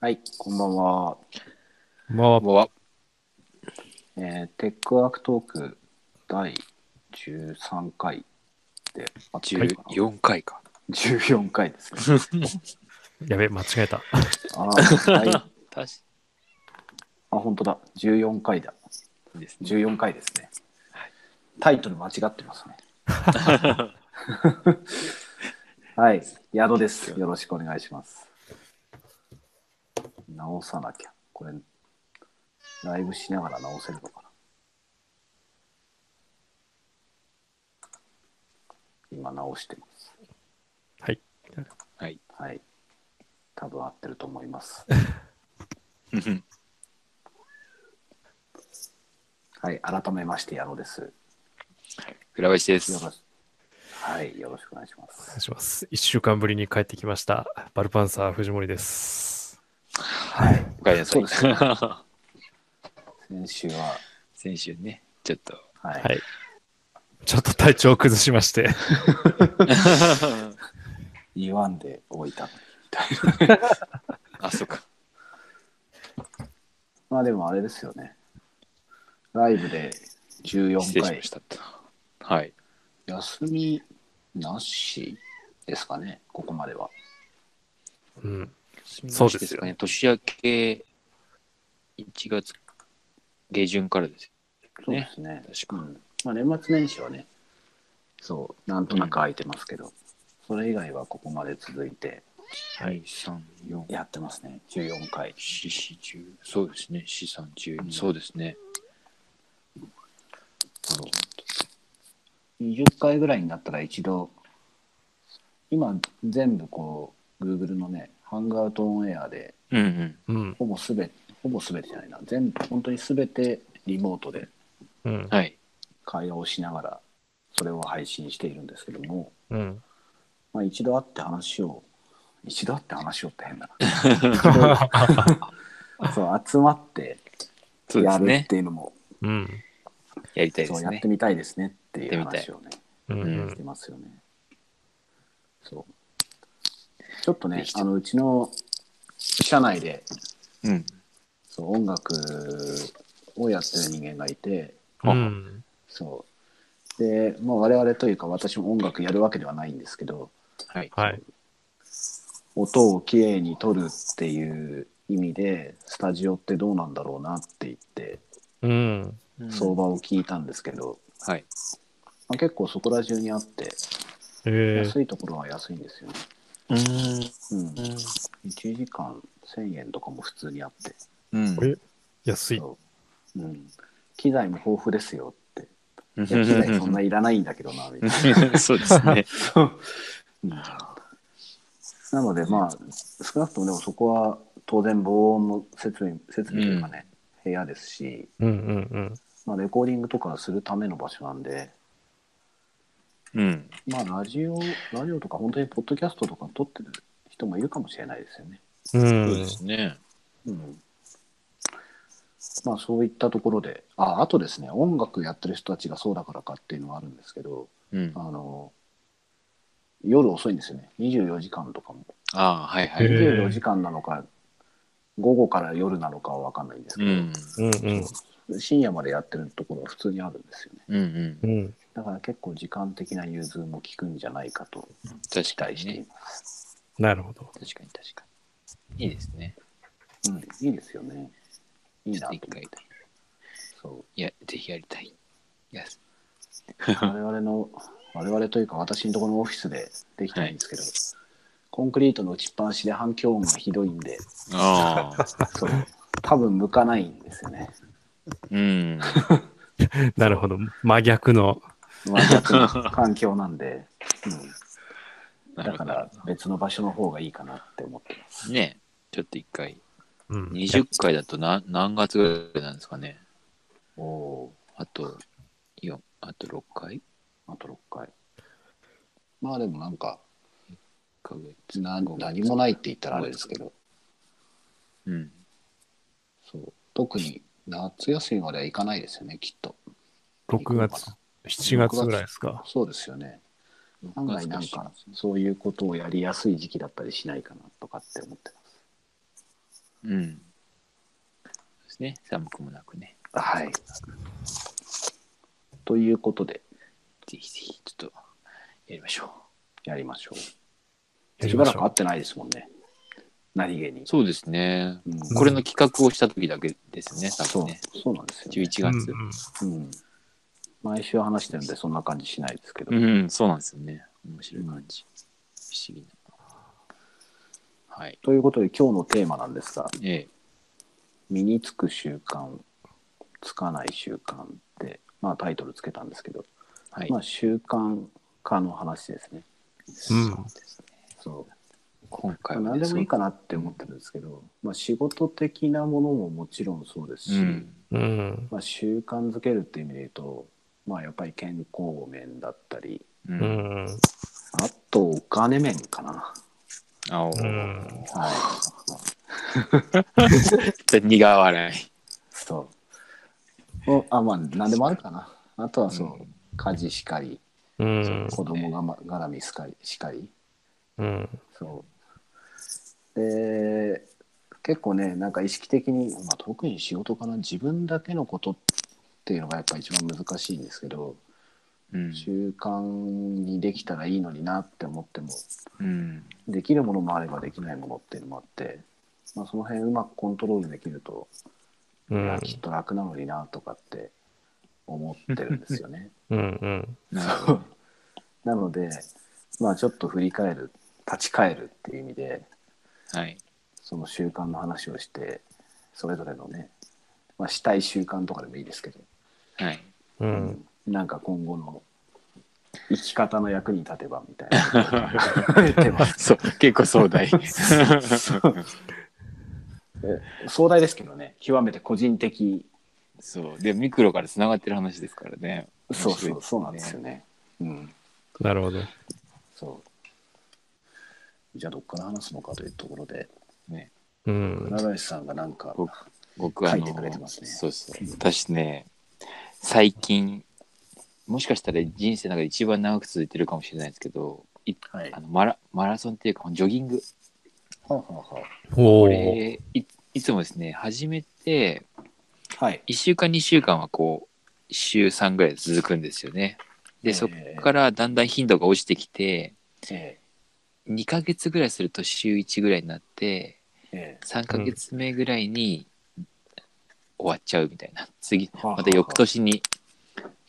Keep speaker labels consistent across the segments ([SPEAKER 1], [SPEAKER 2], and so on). [SPEAKER 1] はい、こんばんは。
[SPEAKER 2] まあ、
[SPEAKER 3] わ
[SPEAKER 1] えーテックワークトーク第13回で合ってるかな
[SPEAKER 3] 14回か。
[SPEAKER 1] 14回ですね。
[SPEAKER 2] やべ、間違えた。
[SPEAKER 1] あー、はい、あ、
[SPEAKER 3] 確か
[SPEAKER 1] 本当だ。14回だ。
[SPEAKER 3] にですね。
[SPEAKER 1] 14回ですね。タイトル間違ってます ね。はい、宿です。よろしくお願いします。直さなきゃ。これ、ライブしながら直せるのかな。今直してます。
[SPEAKER 2] はい。
[SPEAKER 3] はい。
[SPEAKER 1] はい。多分合ってると思います。はい、改めまして、宿です。よ
[SPEAKER 3] 倉林です。
[SPEAKER 1] ろしはい、よろしくお願いしま
[SPEAKER 2] お
[SPEAKER 1] す
[SPEAKER 2] 願い。します。1週間ぶりに帰ってきました。バルパンサー藤森です。
[SPEAKER 1] はい、
[SPEAKER 3] おかえりなさ
[SPEAKER 1] そ
[SPEAKER 3] い。
[SPEAKER 1] う先週は、
[SPEAKER 3] 先週ね、ちょっと。
[SPEAKER 1] はい、
[SPEAKER 2] はい。ちょっと体調を崩しまして。
[SPEAKER 1] 言わんでおいたのに
[SPEAKER 3] あ、そうか。
[SPEAKER 1] まあでもあれですよね。ライブで
[SPEAKER 3] 失礼
[SPEAKER 1] 14
[SPEAKER 3] し
[SPEAKER 1] 回
[SPEAKER 3] まし、た。はい。
[SPEAKER 1] 休みなしですかね、ここまでは。
[SPEAKER 2] うん。そうですよ
[SPEAKER 3] ね。年明け1月下旬からです。
[SPEAKER 1] そうですね。
[SPEAKER 3] 確
[SPEAKER 1] う
[SPEAKER 3] か
[SPEAKER 1] んまあ、年末年始はね、そう、なんとなく空いてますけど、それ以外はここまで続いて
[SPEAKER 3] はい。3、4、
[SPEAKER 1] やってますね、14回。
[SPEAKER 3] 4、4、10。そうですね。4、3、10。そうですね。
[SPEAKER 1] 20回ぐらいになったら一度、今全部こう、Google のね、ハングアウトオンエアで、
[SPEAKER 3] うんうん。
[SPEAKER 2] うん。
[SPEAKER 1] ほぼすべて、ほぼすべてじゃないな、全部、本当にすべてリモートで
[SPEAKER 2] うん。
[SPEAKER 3] はい。
[SPEAKER 1] 会話をしながら、それを配信しているんですけども、
[SPEAKER 2] うん。
[SPEAKER 1] まあ、一度会って話を、一度会って話をって変だ な。そう、集まって
[SPEAKER 3] そうで
[SPEAKER 1] や
[SPEAKER 3] す
[SPEAKER 1] るっ
[SPEAKER 3] ね。
[SPEAKER 1] ていうのも、
[SPEAKER 2] うん。
[SPEAKER 3] やりたいで
[SPEAKER 1] そう
[SPEAKER 3] す
[SPEAKER 1] やっ
[SPEAKER 3] ね
[SPEAKER 1] て。みたいですねっていう
[SPEAKER 3] やってみたい
[SPEAKER 1] 話をね、
[SPEAKER 2] う
[SPEAKER 3] うん
[SPEAKER 2] ん
[SPEAKER 1] してますよね。そう。ちょっとね
[SPEAKER 3] でき、た
[SPEAKER 1] あの、うちの社内で、
[SPEAKER 3] うん。
[SPEAKER 1] そう、音楽をやってる人間がいて、
[SPEAKER 2] うん。
[SPEAKER 1] そう。で、まあ、我々というか、私も音楽やるわけではないんですけど、
[SPEAKER 3] はい。
[SPEAKER 2] はい。
[SPEAKER 1] 音をきれいに撮るっていう意味でスタジオってどうなんだろうなって言って
[SPEAKER 2] うん。
[SPEAKER 1] 相場を聞いたんですけど、
[SPEAKER 3] はい。
[SPEAKER 1] まあ、結構そこら中にあって
[SPEAKER 2] えー、
[SPEAKER 1] 安いところは安いんですよね、
[SPEAKER 3] うん。
[SPEAKER 1] うん、1時間1000円とかも普通にあって
[SPEAKER 3] うん
[SPEAKER 2] これ安い。
[SPEAKER 1] そう、うん、機材も豊富ですよ っていや機材そんないらないんだけどなみたいな
[SPEAKER 3] そうですね。
[SPEAKER 1] うんなのでまあ少なくともでもそこは当然防音の設備設備というかね、部屋ですし
[SPEAKER 2] うんうん
[SPEAKER 1] まあ、レコーディングとかするための場所なんで、
[SPEAKER 3] うん。
[SPEAKER 1] まあ、ラジオ、ラジオとか、本当にポッドキャストとか撮ってる人もいるかもしれないですよね。
[SPEAKER 2] うん。
[SPEAKER 3] そう
[SPEAKER 2] う
[SPEAKER 3] で
[SPEAKER 2] ん。
[SPEAKER 3] すね。
[SPEAKER 1] うん。まあ、そういったところで、あ、あとですね、音楽やってる人たちがそうだからかっていうのはあるんですけど、
[SPEAKER 3] うん
[SPEAKER 1] あ。の、夜遅いんですよね。24時間とかも。
[SPEAKER 3] ああ、はいは
[SPEAKER 2] へ
[SPEAKER 3] い。
[SPEAKER 2] え
[SPEAKER 1] 24時間なのか、午後から夜なのかは分かんないんです
[SPEAKER 3] う
[SPEAKER 1] けど、
[SPEAKER 2] う
[SPEAKER 3] ん。
[SPEAKER 2] んうん。
[SPEAKER 1] 深夜までやってるところは普通にあるんですよね。
[SPEAKER 3] うんうん
[SPEAKER 2] う。ん。
[SPEAKER 1] だから結構時間的な融通も効くんじゃないかと
[SPEAKER 3] 確
[SPEAKER 1] 期待
[SPEAKER 3] に
[SPEAKER 1] してい
[SPEAKER 3] ね。
[SPEAKER 1] ます。
[SPEAKER 2] なるほど。
[SPEAKER 3] 確かに確かに。いいですね。
[SPEAKER 1] うん、いいですよね。いい
[SPEAKER 3] ち
[SPEAKER 1] な
[SPEAKER 3] ょっ
[SPEAKER 1] と
[SPEAKER 3] と
[SPEAKER 1] 思
[SPEAKER 3] 一
[SPEAKER 1] って
[SPEAKER 3] 回。、
[SPEAKER 1] そ
[SPEAKER 3] いや、ぜひやりたい。いや、
[SPEAKER 1] う。我々の、我々というか私のところのオフィスでできたんですけど、コンクリートの打ちっぱなしで反響音がひどいんで、
[SPEAKER 3] ああ。
[SPEAKER 1] そう。多分向かないんですよね。
[SPEAKER 3] うん。
[SPEAKER 2] なるほど。真逆の。
[SPEAKER 1] 全く の環境なんで、うん、
[SPEAKER 3] な
[SPEAKER 1] だ
[SPEAKER 3] る
[SPEAKER 1] か
[SPEAKER 3] ほど。
[SPEAKER 1] ら別の場所の方がいいかなって思ってます。
[SPEAKER 3] ねちょっと一回。
[SPEAKER 2] うん。
[SPEAKER 3] 20回だと何何月ぐらいなんですかね。
[SPEAKER 1] おお
[SPEAKER 3] あと4、あと6回
[SPEAKER 1] ー、あと6回。まあでもなんか、
[SPEAKER 3] か月。
[SPEAKER 1] な何もないって言ったらあれですけど、
[SPEAKER 3] うん。
[SPEAKER 1] そう特に夏休みまでは行かないですよね、きっと。
[SPEAKER 2] 6月、7月ぐらいですか。
[SPEAKER 1] そうですよね。案外なんか、そういうことをやりやすい時期だったりしないかなとかって思ってます。
[SPEAKER 3] うん。そうですね。寒くもなくね。
[SPEAKER 1] はい。ということで、
[SPEAKER 3] ぜひぜひ、ちょっと、やりましょ
[SPEAKER 1] やりましょう。
[SPEAKER 2] や
[SPEAKER 1] し
[SPEAKER 2] り
[SPEAKER 1] ば
[SPEAKER 2] ま
[SPEAKER 1] ら
[SPEAKER 2] し
[SPEAKER 1] く
[SPEAKER 2] ょ
[SPEAKER 1] 会っ
[SPEAKER 2] う。
[SPEAKER 1] てないですもんね。何気に
[SPEAKER 3] う。。そうですね。
[SPEAKER 1] うん
[SPEAKER 3] これの企画をした時だけですね、多
[SPEAKER 1] そう
[SPEAKER 3] 分ね。
[SPEAKER 1] そうなんですよ、ね
[SPEAKER 3] 11月。
[SPEAKER 2] うんうん
[SPEAKER 1] うん。毎週話してるんで、そんな感じしないですけど。
[SPEAKER 3] うん、そうなんですよね。面白い感じ。不思議な。はい。
[SPEAKER 1] ということで、今日のテーマなんですが、
[SPEAKER 3] ええ。
[SPEAKER 1] 身につく習慣、つかない習慣って、まあタイトルつけたんですけど、
[SPEAKER 3] はい。
[SPEAKER 1] まあ習慣化の話ですね。
[SPEAKER 3] そうですね。
[SPEAKER 1] そう。
[SPEAKER 3] 今
[SPEAKER 1] ま
[SPEAKER 3] 回
[SPEAKER 1] あ
[SPEAKER 3] は、
[SPEAKER 1] 何
[SPEAKER 3] ね、
[SPEAKER 1] でもいいかなって思ってるんですけど、まあ仕事的なものももちろんそうです
[SPEAKER 3] そう
[SPEAKER 1] し、
[SPEAKER 3] うん。
[SPEAKER 2] うん。
[SPEAKER 1] まあ習慣づけるっていう意味で言うと、まあやっぱり健康面だったり、
[SPEAKER 3] う。
[SPEAKER 2] うんん。
[SPEAKER 1] あとお金面かな。
[SPEAKER 3] あお。
[SPEAKER 2] うん
[SPEAKER 1] はい。
[SPEAKER 3] 絶対苦笑い。
[SPEAKER 1] そう。おあ、まあ何でもあるかな。あとはそう、
[SPEAKER 3] うん
[SPEAKER 1] 家事しかり、
[SPEAKER 2] うん。
[SPEAKER 1] 子供がま絡みしかり、しかり。
[SPEAKER 2] うん。
[SPEAKER 1] そう。で、結構ね、なんか意識的に、まあ、特に仕事かな、自分だけのことっていうのがやっぱ一番難しいんですけど、
[SPEAKER 3] うん。
[SPEAKER 1] 習慣にできたらいいのになって思っても、
[SPEAKER 3] うん。
[SPEAKER 1] できるものもあればできないものっていうのもあって、まあ、その辺うまくコントロールできると、
[SPEAKER 2] う
[SPEAKER 1] い
[SPEAKER 2] ん
[SPEAKER 1] やきっと楽なのになとかって思ってるんですよね。
[SPEAKER 2] うん。うん。
[SPEAKER 3] なるほ
[SPEAKER 1] そうなので、まあ、ちょっと振り返る、立ち返るっていう意味で、
[SPEAKER 3] どはい。
[SPEAKER 1] その習慣の話をしてそれぞれのね、まあ、したい習慣とかでもいいですけど、
[SPEAKER 3] はい。
[SPEAKER 2] うん。
[SPEAKER 1] なんか今後の生き方の役に立てばみたいなことを言って ます
[SPEAKER 3] そう、結構 壮大。
[SPEAKER 1] 壮大ですけどね極めて個人的
[SPEAKER 3] そう。で、ミクロからつながってる話ですからね。
[SPEAKER 1] そうそうそうなんですよねうん
[SPEAKER 2] なるほど。
[SPEAKER 1] そうじゃあどっから話すのかというところで
[SPEAKER 3] ね。
[SPEAKER 2] うん。
[SPEAKER 1] 船林さんがなんか
[SPEAKER 3] 僕僕あ
[SPEAKER 1] 書い
[SPEAKER 3] の
[SPEAKER 1] てくれてますね
[SPEAKER 3] そうそう。私ね、最近、もしかしたら人生の中で一番長く続いてるかもしれないですけど、い
[SPEAKER 1] はい
[SPEAKER 3] あ
[SPEAKER 1] は
[SPEAKER 3] のマラマラソンっていうか、ジョギング。
[SPEAKER 1] あはあは
[SPEAKER 2] お
[SPEAKER 3] こ
[SPEAKER 2] お。
[SPEAKER 3] れい、いつもですね、始めて、
[SPEAKER 1] あはい
[SPEAKER 3] 1週間、2週間はこう、週3ぐらい続くんですよね。で、そこ
[SPEAKER 1] えー
[SPEAKER 3] からだんだん頻度が落ちてきて、
[SPEAKER 1] え
[SPEAKER 3] 2ヶ月ぐらいすると週1ぐらいになって、
[SPEAKER 1] ーえ
[SPEAKER 3] 3ヶ月目ぐらいに終わっちゃうみたいな次
[SPEAKER 1] はあはあ
[SPEAKER 3] また翌年に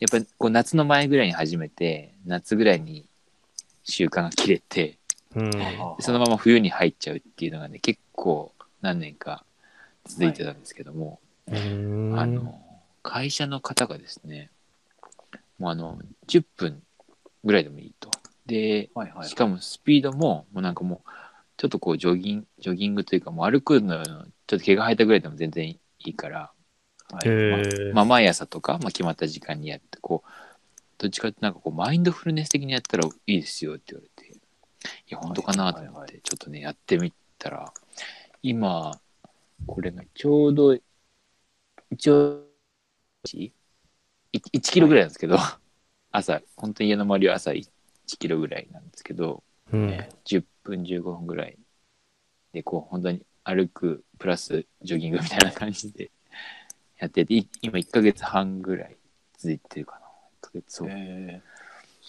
[SPEAKER 3] やっぱこう夏の前ぐらいに始めて夏ぐらいに習慣が切れて
[SPEAKER 2] うん。
[SPEAKER 1] ーはあはあ
[SPEAKER 3] そのまま冬に入っちゃうっていうのがね結構何年か続いてたんですけども、
[SPEAKER 2] うん
[SPEAKER 3] あの会社の方がですねもうあの10分ぐらいでもいいとで
[SPEAKER 1] はいはいはい
[SPEAKER 3] しかもスピードも、もうなんかもう、ちょっとこうジョギン、ジョギングというか、もう歩くの、ちょっと毛が生えたぐらいでも全然いいから、
[SPEAKER 1] はい
[SPEAKER 2] へえ。
[SPEAKER 3] まあ毎朝とか、まあ決まった時間にやって、こう、どっちかってなんかこう、マインドフルネス的にやったらいいですよって言われて、いや、本当かなと
[SPEAKER 1] はい
[SPEAKER 3] 思
[SPEAKER 1] は
[SPEAKER 3] っ
[SPEAKER 1] いは
[SPEAKER 3] て、ちょっとね、やってみたら、今、これがちょうど、一応、い1キロぐらいなんですけど、 朝、本当に家の周りは朝1キロぐらいなんですけど、
[SPEAKER 2] うん。
[SPEAKER 3] 10分15分ぐらいでこう本当に歩くプラスジョギングみたいな感じで やっててい今1ヶ月半ぐらい続いてるかな1ヶ月そう
[SPEAKER 1] え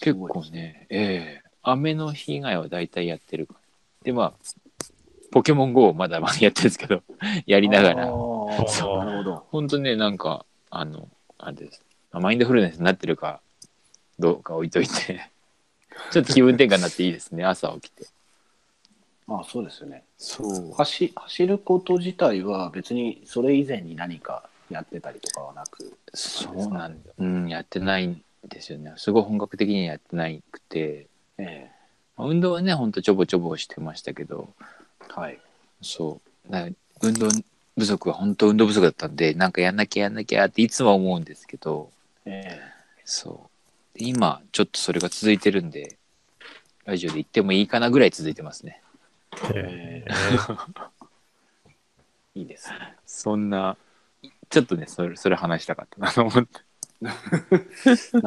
[SPEAKER 1] ー
[SPEAKER 3] 結構ねええ雨の日以外は大体やってるからでまあポケモン GO をまだまだやってるんですけど やりなが
[SPEAKER 1] あ
[SPEAKER 3] ら
[SPEAKER 1] ー
[SPEAKER 2] そう
[SPEAKER 1] なるほど。
[SPEAKER 3] 本当ねなんかあのあれですまあマインドフルネスになってるかどうか置いといて ちょっと気分転換になっていいですね朝起きて
[SPEAKER 1] まあそうですよね。
[SPEAKER 3] そう
[SPEAKER 1] 走走ること自体は別にそれ以前に何かやってたりとかはなく。
[SPEAKER 3] そうなんだ。うん、やってないんですよね。すごい本格的にやってないくて、
[SPEAKER 1] え
[SPEAKER 3] まあ運動はね、ほんとちょぼちょぼしてましたけど、
[SPEAKER 1] えはい。
[SPEAKER 3] そう。だ運動不足は本当運動不足だったんで、なんかやんなきゃやんなきゃっていつも思うんですけど、
[SPEAKER 1] ええ
[SPEAKER 3] そう。で今、ちょっとそれが続いてるんで、ラジオで言ってもいいかなぐらい続いてますね。
[SPEAKER 2] え
[SPEAKER 1] ええいいですね。
[SPEAKER 3] そんな、ちょっとね、それ、それ話したかったなと思って。
[SPEAKER 1] な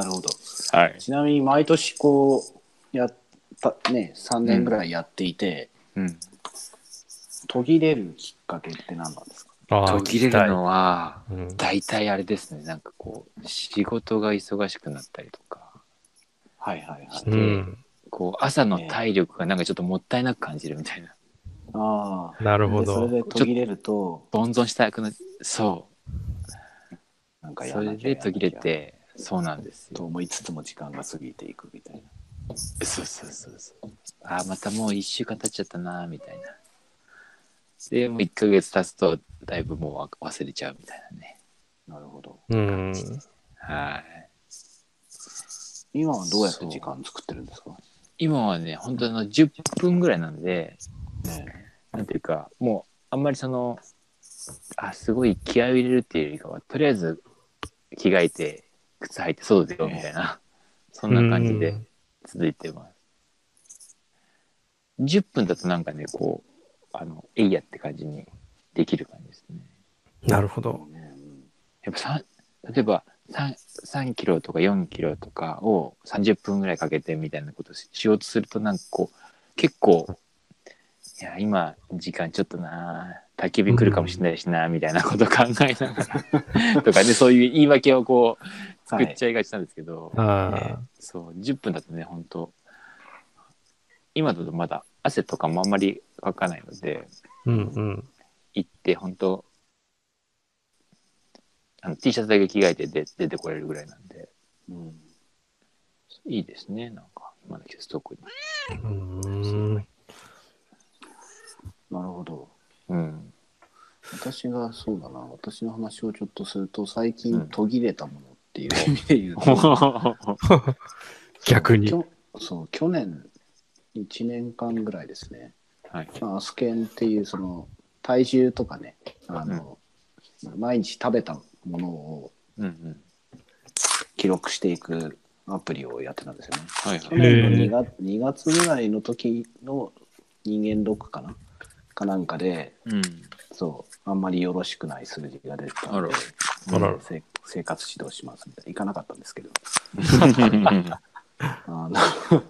[SPEAKER 1] るほ ど。
[SPEAKER 3] はい。
[SPEAKER 1] ちなみに毎年こうやったね3年ぐらいやっていて、
[SPEAKER 3] うん。
[SPEAKER 1] 途切れるきっかけって何なんですか
[SPEAKER 2] あー
[SPEAKER 3] 途切れるのは、
[SPEAKER 2] 聞きたいうん
[SPEAKER 3] 大体あれですね、なんかこう、仕事が忙しくなったりとか、
[SPEAKER 1] はいはいはい。
[SPEAKER 2] うん、
[SPEAKER 3] こう、朝の体力がなんかちょっともったいなく感じるみたいな。
[SPEAKER 1] ああ。
[SPEAKER 2] なるほ
[SPEAKER 1] でそ
[SPEAKER 2] ど。
[SPEAKER 1] れで途切れると、
[SPEAKER 3] 温存したくなそ
[SPEAKER 1] なん
[SPEAKER 3] う。
[SPEAKER 1] かや
[SPEAKER 3] そ
[SPEAKER 1] らな
[SPEAKER 3] れ
[SPEAKER 1] きゃ
[SPEAKER 3] で途切れ
[SPEAKER 1] やらなき
[SPEAKER 3] て、そうなんです
[SPEAKER 1] ゃと
[SPEAKER 3] よ。
[SPEAKER 1] 思いつつも時間が過ぎていくみたいな。
[SPEAKER 3] そうそうそうそう。ああ、またもう1週間経っちゃったな、みたいな。で、もう1ヶ月経つと、だいぶもうわ忘れちゃうみたいなね。
[SPEAKER 1] なるほど。
[SPEAKER 2] うん。
[SPEAKER 3] はい。
[SPEAKER 1] 今はどうやって時間作ってるんですか
[SPEAKER 3] 今はね、本当あの10分ぐらいなんで、
[SPEAKER 1] ね
[SPEAKER 3] なんていうか、もう、あんまりその、あ、すごい気合を入れるっていうよりかは、とりあえず、着替えて、靴履いて、外出ようみたいな、そんな感じで続いてます。10分だとなんかね、こう、あの、えいやって感じにできる感じですね。
[SPEAKER 2] うん。なるほど。
[SPEAKER 3] やっぱさん例えば 3, 3キロとか4キロとかを30分ぐらいかけてみたいなことをししようとするとなんかこう結構いや今時間ちょっとな焚き火来るかもしれないしなみたいなことを考えなが らとかねそういう言い訳をこう
[SPEAKER 1] は
[SPEAKER 3] 作っ
[SPEAKER 1] い。
[SPEAKER 3] ちゃいがちなんですけど、ね
[SPEAKER 2] あ
[SPEAKER 3] そう10分だとね本当今だとまだ汗とかもあんまりかかないので。
[SPEAKER 2] ーうんうん。
[SPEAKER 3] 行って本当あの T シャツだけ着替えてで出てこれるぐらいなんで
[SPEAKER 1] うん
[SPEAKER 3] いいですねなんか今の季節特に
[SPEAKER 2] うん。
[SPEAKER 1] なるほど。
[SPEAKER 3] うん
[SPEAKER 1] 私がそうだな、私の話をちょっとすると、最
[SPEAKER 3] う
[SPEAKER 1] 近
[SPEAKER 3] ん
[SPEAKER 1] 途切れたものっていう意味で言うと、
[SPEAKER 3] は
[SPEAKER 2] 逆に
[SPEAKER 1] き。ょそう、去年1年間ぐらいですね、
[SPEAKER 3] い
[SPEAKER 1] まあアスケンっていうその体重とかね、あの、毎日食べたものを
[SPEAKER 3] うんうん
[SPEAKER 1] 記録していくアプリをやってたんですよね。
[SPEAKER 3] はいは
[SPEAKER 1] 去
[SPEAKER 3] い
[SPEAKER 1] 年の2
[SPEAKER 2] へー
[SPEAKER 1] 月 ,2 月ぐらいの時の人間ドックかなかなんかで、
[SPEAKER 3] うん
[SPEAKER 1] そう、あんまりよろしくない数字が出てた
[SPEAKER 3] あ
[SPEAKER 1] ん
[SPEAKER 3] ら
[SPEAKER 1] で、
[SPEAKER 2] あらら
[SPEAKER 1] せ生活指導しますみたいな、行かなかったんですけど、あの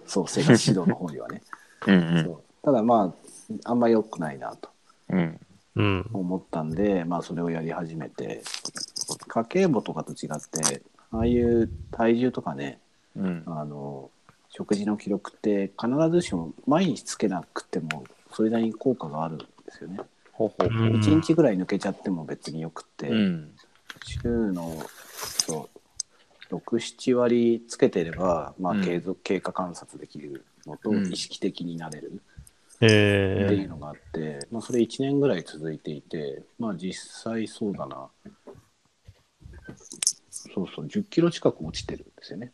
[SPEAKER 1] そう、生活指導の方にはね。
[SPEAKER 3] うん
[SPEAKER 1] そうただまあ、あんま良くないなと
[SPEAKER 3] うん
[SPEAKER 2] うん。
[SPEAKER 1] 思ったんで、まあ、それをやり始めて、家計簿とかと違って、ああいう体重とかね、
[SPEAKER 3] うん
[SPEAKER 1] あの食事の記録って必ずしも毎日つけなくてもそれなりに効果があるんですよね。
[SPEAKER 3] ほうほう
[SPEAKER 2] う
[SPEAKER 3] ほうん
[SPEAKER 1] 1日ぐらい抜けちゃっても別によくて、
[SPEAKER 3] うん
[SPEAKER 1] 週のそう67割つけてれば、まあ、
[SPEAKER 3] うん
[SPEAKER 1] 継続経過観察できるのと
[SPEAKER 3] うん
[SPEAKER 1] 意識的になれるって
[SPEAKER 2] え
[SPEAKER 1] いうのがあって、まあ、それ1年ぐらい続いていて、まあ、実際そうだなそうそう10キロ近く落ちてるんですよね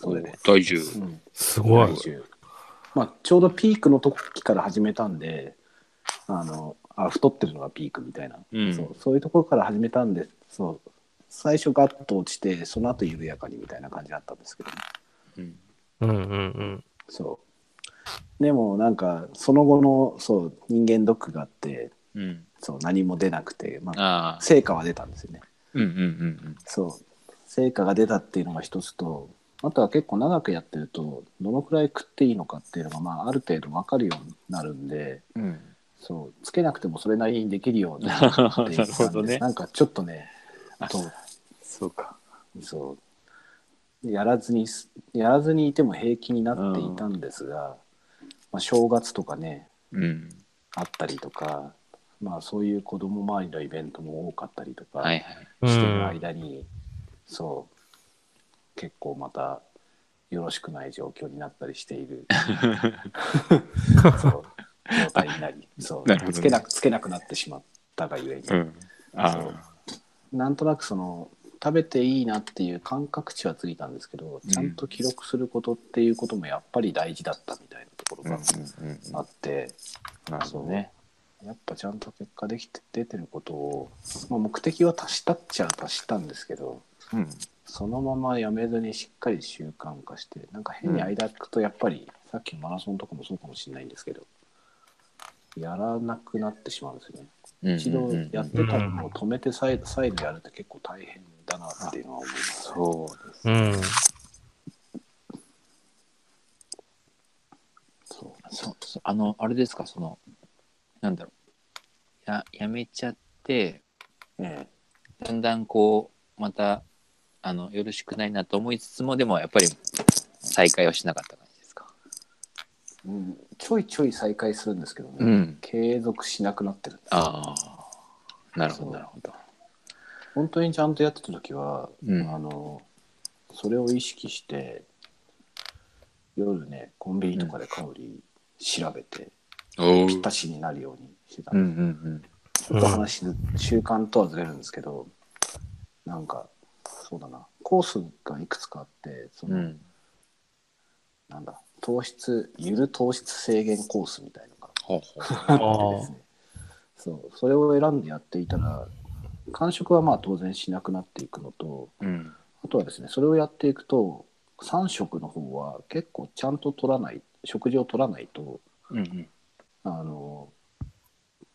[SPEAKER 1] それで。
[SPEAKER 3] 体重
[SPEAKER 1] うん
[SPEAKER 2] ー、すごい
[SPEAKER 1] 体。重まあ、ちょうどピークの時から始めたんであのあ太ってるのがピークみたいな、
[SPEAKER 3] うん
[SPEAKER 1] そうそういうところから始めたんでそう最初ガッと落ちてその後緩やかにみたいな感じだったんですけど、ね、
[SPEAKER 3] うん
[SPEAKER 2] うんうんうん。
[SPEAKER 1] そうでもなんかその後のそう人間ドックがあって
[SPEAKER 3] うん
[SPEAKER 1] そう何も出なくて、まあ、
[SPEAKER 3] ああ
[SPEAKER 1] 成果は出たんですよね
[SPEAKER 3] うんうんうん
[SPEAKER 1] そう成果が出たっていうのが一つとあとは結構長くやってるとどのくらい食っていいのかっていうのが、まあ、ある程度分かるようになるんで
[SPEAKER 3] うんうん
[SPEAKER 1] そうつけなくてもそれなりにできるようになってい
[SPEAKER 3] な
[SPEAKER 1] た
[SPEAKER 3] るほ
[SPEAKER 1] ん
[SPEAKER 3] ど
[SPEAKER 1] で
[SPEAKER 3] ね
[SPEAKER 1] なんかちょっとね
[SPEAKER 3] あ
[SPEAKER 1] と
[SPEAKER 3] そうか
[SPEAKER 1] そうやらずにすやらずにいても平気になっていたんですが、まあ、正月とかね
[SPEAKER 3] うん
[SPEAKER 1] あったりとか、まあ、そういう子供周りのイベントも多かったりとか。
[SPEAKER 3] はいはい
[SPEAKER 1] してる
[SPEAKER 2] うん。
[SPEAKER 1] 間に、そう結構またよろしくない状況になったりしてい るそう状態になりそう
[SPEAKER 3] なるほどね
[SPEAKER 1] つけなくつけなくなってしまったがゆえに、
[SPEAKER 3] うんあ
[SPEAKER 1] なんとなくその食べていいなっていう感覚値はついたんですけど
[SPEAKER 3] うん
[SPEAKER 1] ちゃんと記録することっていうこともやっぱり大事だったみたいなとこ
[SPEAKER 3] あうん
[SPEAKER 1] ろが
[SPEAKER 3] うんうん
[SPEAKER 1] あって、
[SPEAKER 3] なる
[SPEAKER 1] そ
[SPEAKER 3] ほ
[SPEAKER 1] う
[SPEAKER 3] どね
[SPEAKER 1] ねやっぱちゃんと結果できて出てることを、まあ、目的は足したっちゃ足したんですけど、
[SPEAKER 3] うん
[SPEAKER 1] そのままやめずにしっかり習慣化してなんか変に間空くとやっぱり、さっきのマラソンとかもそうかもしれないんですけどやらなくなってしまうんですよね一度やってたのを止めて再再度やるって結構大変だなっていうのは思います、
[SPEAKER 3] そうです
[SPEAKER 2] うん。
[SPEAKER 1] そう
[SPEAKER 3] そうそうあのあれですかそのなんだろうややめちゃって
[SPEAKER 1] え
[SPEAKER 3] だんだんこうまたあのよろしくないなと思いつつもでもやっぱり再開はしなかった感じですか。
[SPEAKER 1] えうん、ちょいちょい再開するんですけどね、
[SPEAKER 3] ん、
[SPEAKER 1] 継続しなくなってるんです
[SPEAKER 3] ああなるほ
[SPEAKER 1] そ
[SPEAKER 3] ど
[SPEAKER 1] う
[SPEAKER 3] なるほど。
[SPEAKER 1] 本当にちゃんとやってた時は、
[SPEAKER 3] うん
[SPEAKER 1] あのそれを意識して夜ねコンビニとかで香り調べて、
[SPEAKER 3] お
[SPEAKER 1] ぴったしになるようにしてた、
[SPEAKER 3] うんうん
[SPEAKER 1] ちょっと話ず習慣とはずれるんですけどなんかそうだなコースがいくつかあってそ
[SPEAKER 3] うん。う
[SPEAKER 1] の、
[SPEAKER 3] ん、
[SPEAKER 1] なんだ糖質ゆる糖質制限コースみたいなのが
[SPEAKER 3] ほうほう。
[SPEAKER 2] あ
[SPEAKER 1] あってです
[SPEAKER 2] ー
[SPEAKER 1] ねそうそれを選んでやっていたら間食はまあ当然しなくなっていくのと
[SPEAKER 3] うん、
[SPEAKER 1] あとはですねそれをやっていくと3食の方は結構ちゃんと取らない食事を取らないと
[SPEAKER 3] うんうん。
[SPEAKER 1] あの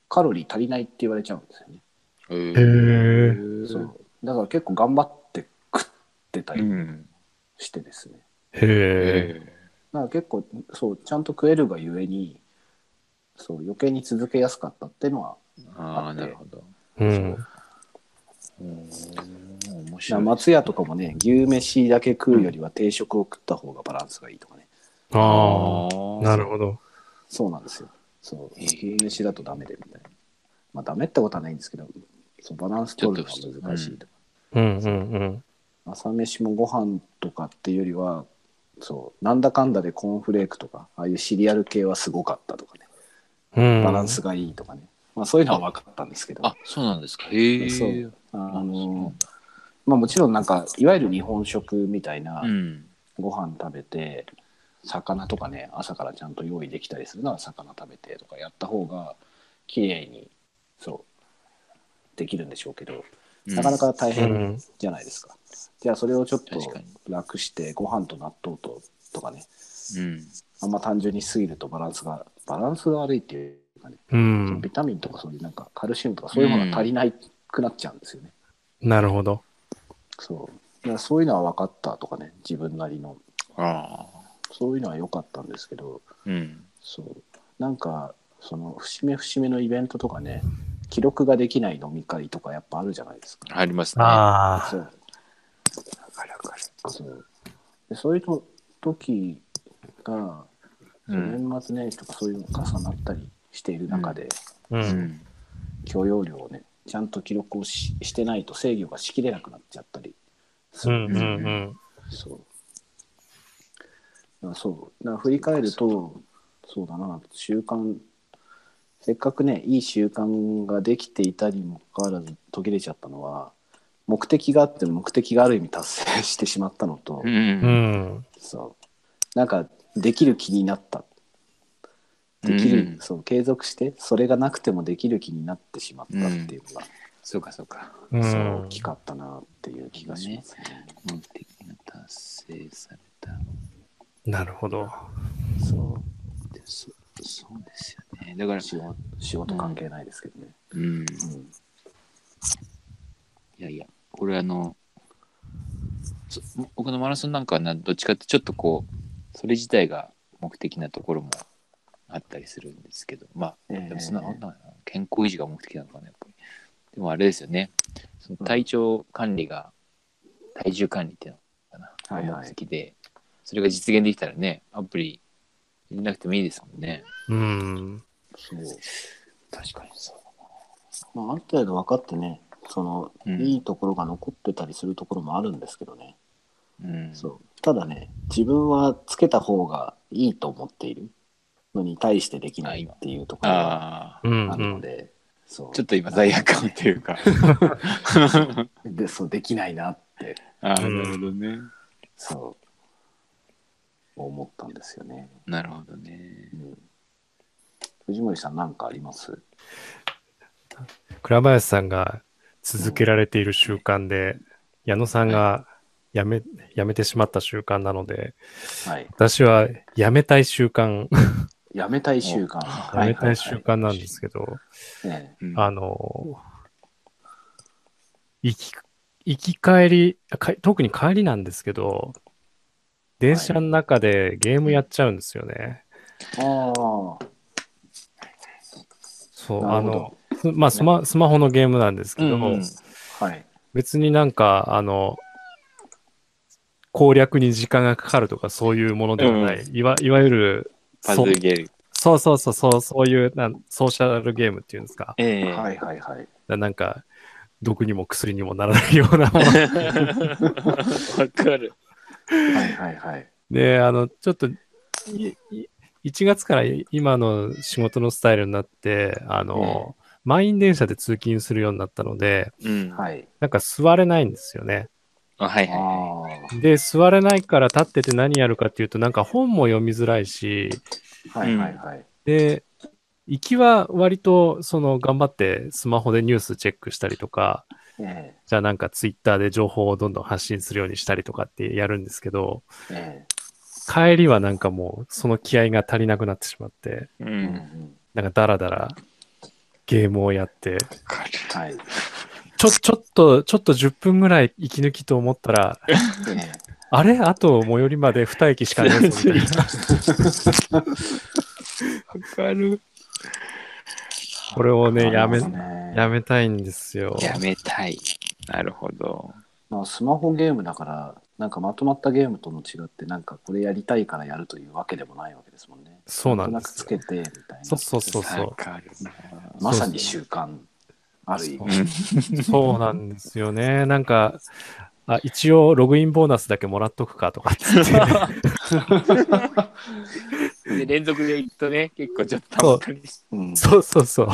[SPEAKER 1] カロリー足りないって言われちゃうんですよね。
[SPEAKER 3] へ
[SPEAKER 2] へえ。
[SPEAKER 1] そうだから結構頑張って食ってた
[SPEAKER 3] う
[SPEAKER 1] り
[SPEAKER 3] ん。
[SPEAKER 1] してですね、
[SPEAKER 2] へえ。
[SPEAKER 3] へ
[SPEAKER 1] だから結構そうちゃんと食えるがゆえにそう余計に続けやすかったっていうのは
[SPEAKER 3] え。ああ、なるほど。
[SPEAKER 2] うん。
[SPEAKER 3] うん。面
[SPEAKER 1] だか
[SPEAKER 3] 白
[SPEAKER 1] ら
[SPEAKER 3] い。
[SPEAKER 1] 松屋とかもね牛飯だけ食うよりは定食を食った方がバランスがいいとかね、
[SPEAKER 2] ああ、
[SPEAKER 3] ー
[SPEAKER 2] なるほど。
[SPEAKER 1] そうなんですよそう
[SPEAKER 3] へえ
[SPEAKER 1] 牛飯だとダメでみたいなまあダメってことはないんですけどそうバランス取るの
[SPEAKER 3] ちょっと
[SPEAKER 1] が難しいとか、
[SPEAKER 2] うんうん
[SPEAKER 1] 朝飯もご飯とかっていうよりはそうなんだかんだでコーンフレークとかああいうシリアル系はすごかったとかね
[SPEAKER 2] うん。うん
[SPEAKER 1] バランス。がいいとかね、まあ、そういうのは分かったんですけど
[SPEAKER 3] あ、そうなんですか。へえ。
[SPEAKER 1] そうあ
[SPEAKER 3] あ
[SPEAKER 1] のまあ、もちろんなんかいわゆる日本食みたいな
[SPEAKER 3] うん。
[SPEAKER 1] ご飯食べて、魚とかね朝からちゃんと用意できたりするなら魚食べてとかやった方が綺麗にそうできるんでしょうけどなかなか大変じゃないですか、じゃあそれをちょっと
[SPEAKER 3] 確かに
[SPEAKER 1] 楽してご飯と納豆ととかね
[SPEAKER 3] うん。
[SPEAKER 1] あんま単純に過ぎるとバランスがバランスが悪いっていうかね
[SPEAKER 2] うん。
[SPEAKER 1] ビタミンとかそういうなんかカルシウムとかそういうものが足りないくなっちゃうんですよね。
[SPEAKER 2] なるほど。
[SPEAKER 1] そうだからそういうのは分かったとかね自分なりの
[SPEAKER 3] ああ。
[SPEAKER 1] そういうのは良かったんですけど
[SPEAKER 3] うん。
[SPEAKER 1] そうなんかその節目節目のイベントとかね記録ができない飲み会とかやっぱあるじゃないですか。
[SPEAKER 3] ありますね。
[SPEAKER 2] あ
[SPEAKER 1] そうそうでそういうと時が
[SPEAKER 3] うん。
[SPEAKER 1] 年末年始とかそういうのが重なったりしている中で、
[SPEAKER 2] あ。う。
[SPEAKER 3] うんん。
[SPEAKER 1] 許容量をねちゃんと記録をししてないと制御がしきれなくなっちゃったりす
[SPEAKER 2] う
[SPEAKER 1] る
[SPEAKER 2] んうん
[SPEAKER 1] そうだからそうだから振り返るとそうだな習慣せっかくねいい習慣ができていたにもかかわらず途切れちゃったのは目的があっても目的がある意味達成してしまったのと、
[SPEAKER 3] う。
[SPEAKER 2] うんん。
[SPEAKER 1] そうなんかできる気になったできる、
[SPEAKER 3] うん
[SPEAKER 1] そう継続してそれがなくてもできる気になってしまったっていうのが、
[SPEAKER 3] そうか、そうか。
[SPEAKER 2] う。
[SPEAKER 1] そうん大きかったなっていう気がしますね。
[SPEAKER 3] 目的が達成された。
[SPEAKER 2] なるほど。
[SPEAKER 1] そう
[SPEAKER 3] そそうですよね。だから、
[SPEAKER 1] 仕事仕事関係ないですけどね。
[SPEAKER 3] うん。
[SPEAKER 1] うん
[SPEAKER 3] いやいや、これあの、そ僕のマラソンなんかはなどっちかってちょっとこう、それ自体が目的なところもあったりするんですけど、まあ、でもそんな、
[SPEAKER 1] ええ
[SPEAKER 3] なんだろうな健康維持が目的なのかな、やっぱり。でもあれですよね、その体調管理が、体重管理っていうのかな、
[SPEAKER 1] はいはい
[SPEAKER 3] 目的で、それが実現できたらね、アプリ入れなくてもいいですもんね。
[SPEAKER 2] うん。
[SPEAKER 1] そう
[SPEAKER 3] 確かにそう。
[SPEAKER 1] まあ、ある程度分かってねその、
[SPEAKER 3] うん
[SPEAKER 1] いいところが残ってたりするところもあるんですけどね、
[SPEAKER 3] うん、
[SPEAKER 1] そうただね自分はつけた方がいいと思っているのに対してできないっていうところが
[SPEAKER 3] あ
[SPEAKER 2] う
[SPEAKER 3] あ、
[SPEAKER 2] ん。
[SPEAKER 1] あ
[SPEAKER 2] う
[SPEAKER 1] るの
[SPEAKER 2] ん。
[SPEAKER 1] で、そう
[SPEAKER 3] ちょっと今罪悪感っていうか。
[SPEAKER 1] でそうできないなって
[SPEAKER 3] ああ、
[SPEAKER 2] うん
[SPEAKER 3] なるほどね。
[SPEAKER 1] そう思ったんですよね、
[SPEAKER 3] なるほどね
[SPEAKER 1] う。ん、藤森さん何かあります
[SPEAKER 2] 倉林さんが続けられている習慣で、矢野さんがやめ、やめてしまった習慣なので、
[SPEAKER 1] はい
[SPEAKER 2] 私はやめたい習慣、
[SPEAKER 1] やめたい習慣、
[SPEAKER 2] やめたい習慣なんですすけど、
[SPEAKER 1] はいはいはいえ
[SPEAKER 3] うん
[SPEAKER 2] あの、行き、行き帰り、か特に帰りなんですけど、電車の中でゲームやっちゃうんですよね。
[SPEAKER 1] えああ
[SPEAKER 2] そう、
[SPEAKER 1] な
[SPEAKER 2] あ
[SPEAKER 1] るほ
[SPEAKER 2] の
[SPEAKER 1] ど、
[SPEAKER 2] すまあスマ、スマホのゲームなんですけど、
[SPEAKER 3] うんうん
[SPEAKER 1] はい。
[SPEAKER 2] 別になんか、あの、攻略に時間がかかるとかそういうものではない。いわいわゆる
[SPEAKER 3] パ
[SPEAKER 2] そ
[SPEAKER 3] ズルゲーム。
[SPEAKER 2] そうそうそうそう、そういうなんソーシャルゲームっていうんですか。
[SPEAKER 3] ええ
[SPEAKER 1] はいはいはい。
[SPEAKER 2] ななんか、毒にも薬にもならないようなもの
[SPEAKER 3] わかる。
[SPEAKER 1] はいはいはい。
[SPEAKER 2] で、あの、ちょっと、いい1月からい今の仕事のスタイルになって、あの、満員電車で通勤するようになったので、
[SPEAKER 3] うん。はい、
[SPEAKER 1] はい。
[SPEAKER 2] なんか座れないんですよね。
[SPEAKER 3] あはい
[SPEAKER 1] あ
[SPEAKER 3] はいは
[SPEAKER 2] で、座れないから立ってて何やるかっていうと、なんか本も読みづらいし、
[SPEAKER 1] あ。はいはいはい。
[SPEAKER 2] で、行きは割と、その、頑張ってスマホでニュースチェックしたりとか、
[SPEAKER 1] え
[SPEAKER 2] じゃあなんかツイッターで情報をどんどん発信するようにしたりとかってやるんですけど、
[SPEAKER 1] ええ
[SPEAKER 2] 帰りはなんかもうその気合が足りなくなってしまって、
[SPEAKER 3] い。う。
[SPEAKER 1] えうんん
[SPEAKER 2] なんかダラダラゲームをやって、
[SPEAKER 3] わかる。
[SPEAKER 1] はい。
[SPEAKER 2] ちょ、ちょっと、ちょっと10分ぐらい息抜きと思った ら、
[SPEAKER 1] ええ
[SPEAKER 2] あれあと最寄りまで2駅しかねえぞ みたいな。
[SPEAKER 3] わかる。
[SPEAKER 2] これをね、やめ、や
[SPEAKER 1] やめ。
[SPEAKER 2] めたいんですよ。
[SPEAKER 3] やめたい。なるほど。
[SPEAKER 1] まあスマホゲームだから、なんかまとまったゲームとの違って、なんかこれやりたいからやるというわけでもないわけですもんね。
[SPEAKER 2] そうなんで
[SPEAKER 1] く
[SPEAKER 2] す
[SPEAKER 1] つけ
[SPEAKER 2] よ。
[SPEAKER 1] てみたい
[SPEAKER 2] そう
[SPEAKER 1] な。
[SPEAKER 2] そうそうそう
[SPEAKER 3] わ。かるな。
[SPEAKER 1] まさに習慣。ある意味。
[SPEAKER 2] そうなんですよね。なんか、あ一応、ログインボーナスだけもらっとくかとかっつって、
[SPEAKER 3] うんで連続で行くとね、結構ちょっと溜まったりして
[SPEAKER 1] うん
[SPEAKER 2] そうそうそう。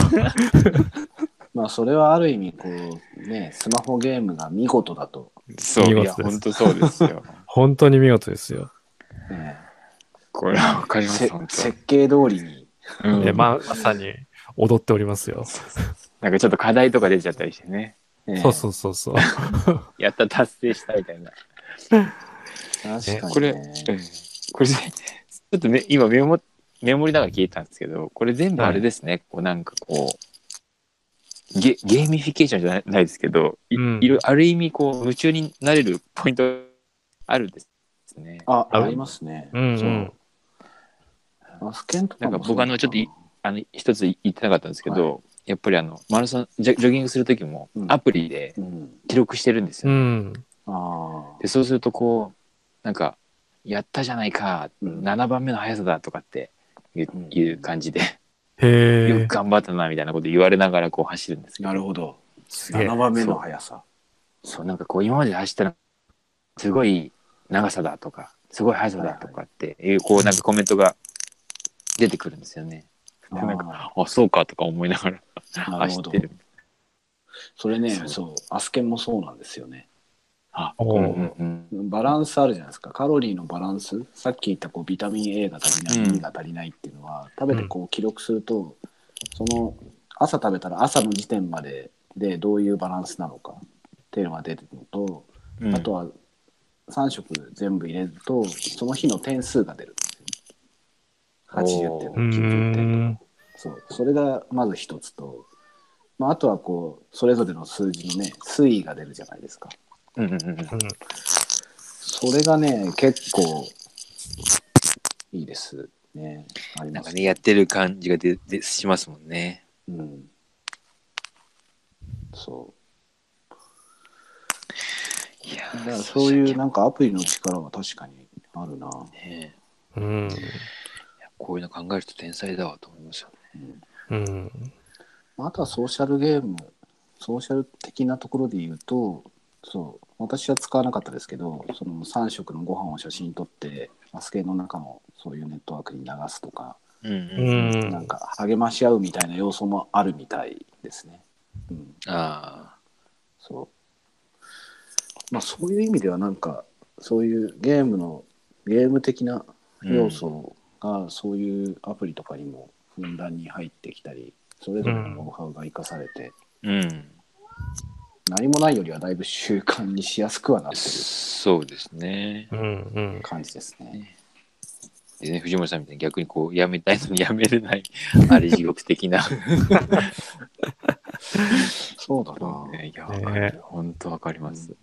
[SPEAKER 1] まあそれはある意味こうねスマホゲームが見事だと、
[SPEAKER 3] そう、い
[SPEAKER 2] 見事
[SPEAKER 3] や、
[SPEAKER 2] です
[SPEAKER 3] 本当そうですよ。
[SPEAKER 2] 本当に見事ですよ。
[SPEAKER 1] ね
[SPEAKER 3] これはわかります、
[SPEAKER 1] せ
[SPEAKER 3] 本
[SPEAKER 1] 設計通りに
[SPEAKER 3] 当。うん
[SPEAKER 2] えままさに踊っておりますよ。
[SPEAKER 3] なんかちょっと課題とか出ちゃったりしてね。
[SPEAKER 1] ね
[SPEAKER 2] そうそうそう そう。
[SPEAKER 3] やった、達成したみたいな。
[SPEAKER 1] 確か
[SPEAKER 3] こ
[SPEAKER 1] に
[SPEAKER 3] れ、
[SPEAKER 1] ね
[SPEAKER 3] うんこれ、ちょっとね、今メモ、メモリだから聞いたんですけど、これ全部あれですね、こうなんかこう、ゲゲーミフィケーションじゃないないですけど、い,、
[SPEAKER 2] うん
[SPEAKER 3] ろある意味こう夢中になれるポイントあるんですね。
[SPEAKER 1] あ
[SPEAKER 2] あ
[SPEAKER 1] ありますね
[SPEAKER 2] うんうん
[SPEAKER 1] そうマスケンとかも
[SPEAKER 3] なんか僕あのちょっといあの一つ言ってなかったんですけど、
[SPEAKER 1] は
[SPEAKER 3] やっぱりあのマラソンジョジョギングする時も
[SPEAKER 1] うん
[SPEAKER 3] アプリで
[SPEAKER 1] うん
[SPEAKER 3] 記録してるんです
[SPEAKER 2] う
[SPEAKER 3] よ。
[SPEAKER 2] ん。
[SPEAKER 1] あ
[SPEAKER 3] でそうするとこうなんか「やったじゃないか、
[SPEAKER 1] うん
[SPEAKER 3] 7番目の速さだ」とかっていう,、
[SPEAKER 1] うん
[SPEAKER 3] いう感じで
[SPEAKER 2] へ
[SPEAKER 3] 「よ
[SPEAKER 2] え
[SPEAKER 3] く。頑張ったな」みたいなこと言われながらこう走るんです
[SPEAKER 1] あ
[SPEAKER 3] けど
[SPEAKER 1] なるほど
[SPEAKER 2] すげえ
[SPEAKER 1] 7番目の速さ
[SPEAKER 3] そうなんかこう今まで走ったらすごい長さだとかすごい速さだとかっていうこうなんかコメントが出てくるんですよね。でなん
[SPEAKER 1] あ
[SPEAKER 3] か「あそうか」とか思いながら
[SPEAKER 1] ーなる
[SPEAKER 3] 走
[SPEAKER 1] ほ
[SPEAKER 3] っ
[SPEAKER 1] ど
[SPEAKER 3] てる。
[SPEAKER 1] それね
[SPEAKER 3] そう
[SPEAKER 1] そうアスケンもそうなんですよね
[SPEAKER 3] あ
[SPEAKER 2] おー
[SPEAKER 3] うん
[SPEAKER 1] バランスあるじゃないですかカロリーのバランスさっき言ったこうビタミン A が足りない、
[SPEAKER 3] うん
[SPEAKER 1] B が足りないっていうのは食べてこう記録すると、その朝食べたら朝の時点まででどういうバランスなのかっていうのが出てくるのと、
[SPEAKER 3] うん
[SPEAKER 1] あとは3食全部入れるとその日の点数が出るんですよね。80点
[SPEAKER 3] お
[SPEAKER 1] と
[SPEAKER 2] う
[SPEAKER 1] か
[SPEAKER 2] ー
[SPEAKER 1] 90点とか
[SPEAKER 2] ん。
[SPEAKER 1] そうそれがまず一つと、まあ、あとはこうそれぞれの数字のね推移が出るじゃないですか。
[SPEAKER 3] うんうんうん
[SPEAKER 2] うん
[SPEAKER 1] それがね、結構いいですね。あり
[SPEAKER 3] な
[SPEAKER 1] ま
[SPEAKER 3] んか
[SPEAKER 1] す
[SPEAKER 3] ね、やってる感じがででしますもんね。
[SPEAKER 1] うん。そ
[SPEAKER 3] いや
[SPEAKER 1] う。だ
[SPEAKER 3] ー
[SPEAKER 1] からそういうなんかアプリの力は確かにあるな。
[SPEAKER 3] ね
[SPEAKER 2] うん。
[SPEAKER 3] いやこういうの考える人天才だわと思いますよね。
[SPEAKER 1] うん
[SPEAKER 2] うん。
[SPEAKER 1] あとはソーシャルゲーム、ソーシャル的なところで言うと、そう、私は使わなかったですけど、その3食のご飯を写真撮って、マスケの中のそういうネットワークに流すとか、
[SPEAKER 3] うん
[SPEAKER 2] う
[SPEAKER 3] うん。
[SPEAKER 2] ん。
[SPEAKER 1] なんか励まし合うみたいな要素もあるみたいですね。うん。
[SPEAKER 3] あ
[SPEAKER 1] そう。まあそういう意味ではなんかそういうゲームのゲーム的な
[SPEAKER 3] あ。
[SPEAKER 1] 要素がそういうアプリとかにもふんだんに入ってきたりそれぞれのノウハウが生かされて、
[SPEAKER 3] うん。
[SPEAKER 1] 何もないよりはだいぶ習慣にしやすくはなって
[SPEAKER 3] そうですね
[SPEAKER 2] う。ん。うん
[SPEAKER 1] る。感じですね。
[SPEAKER 3] でね、藤森さんみたいに逆にこう、やめたいのにやめれ ない、あれ地獄的な。
[SPEAKER 1] そうだな。
[SPEAKER 3] いや、わかる。本当わかります。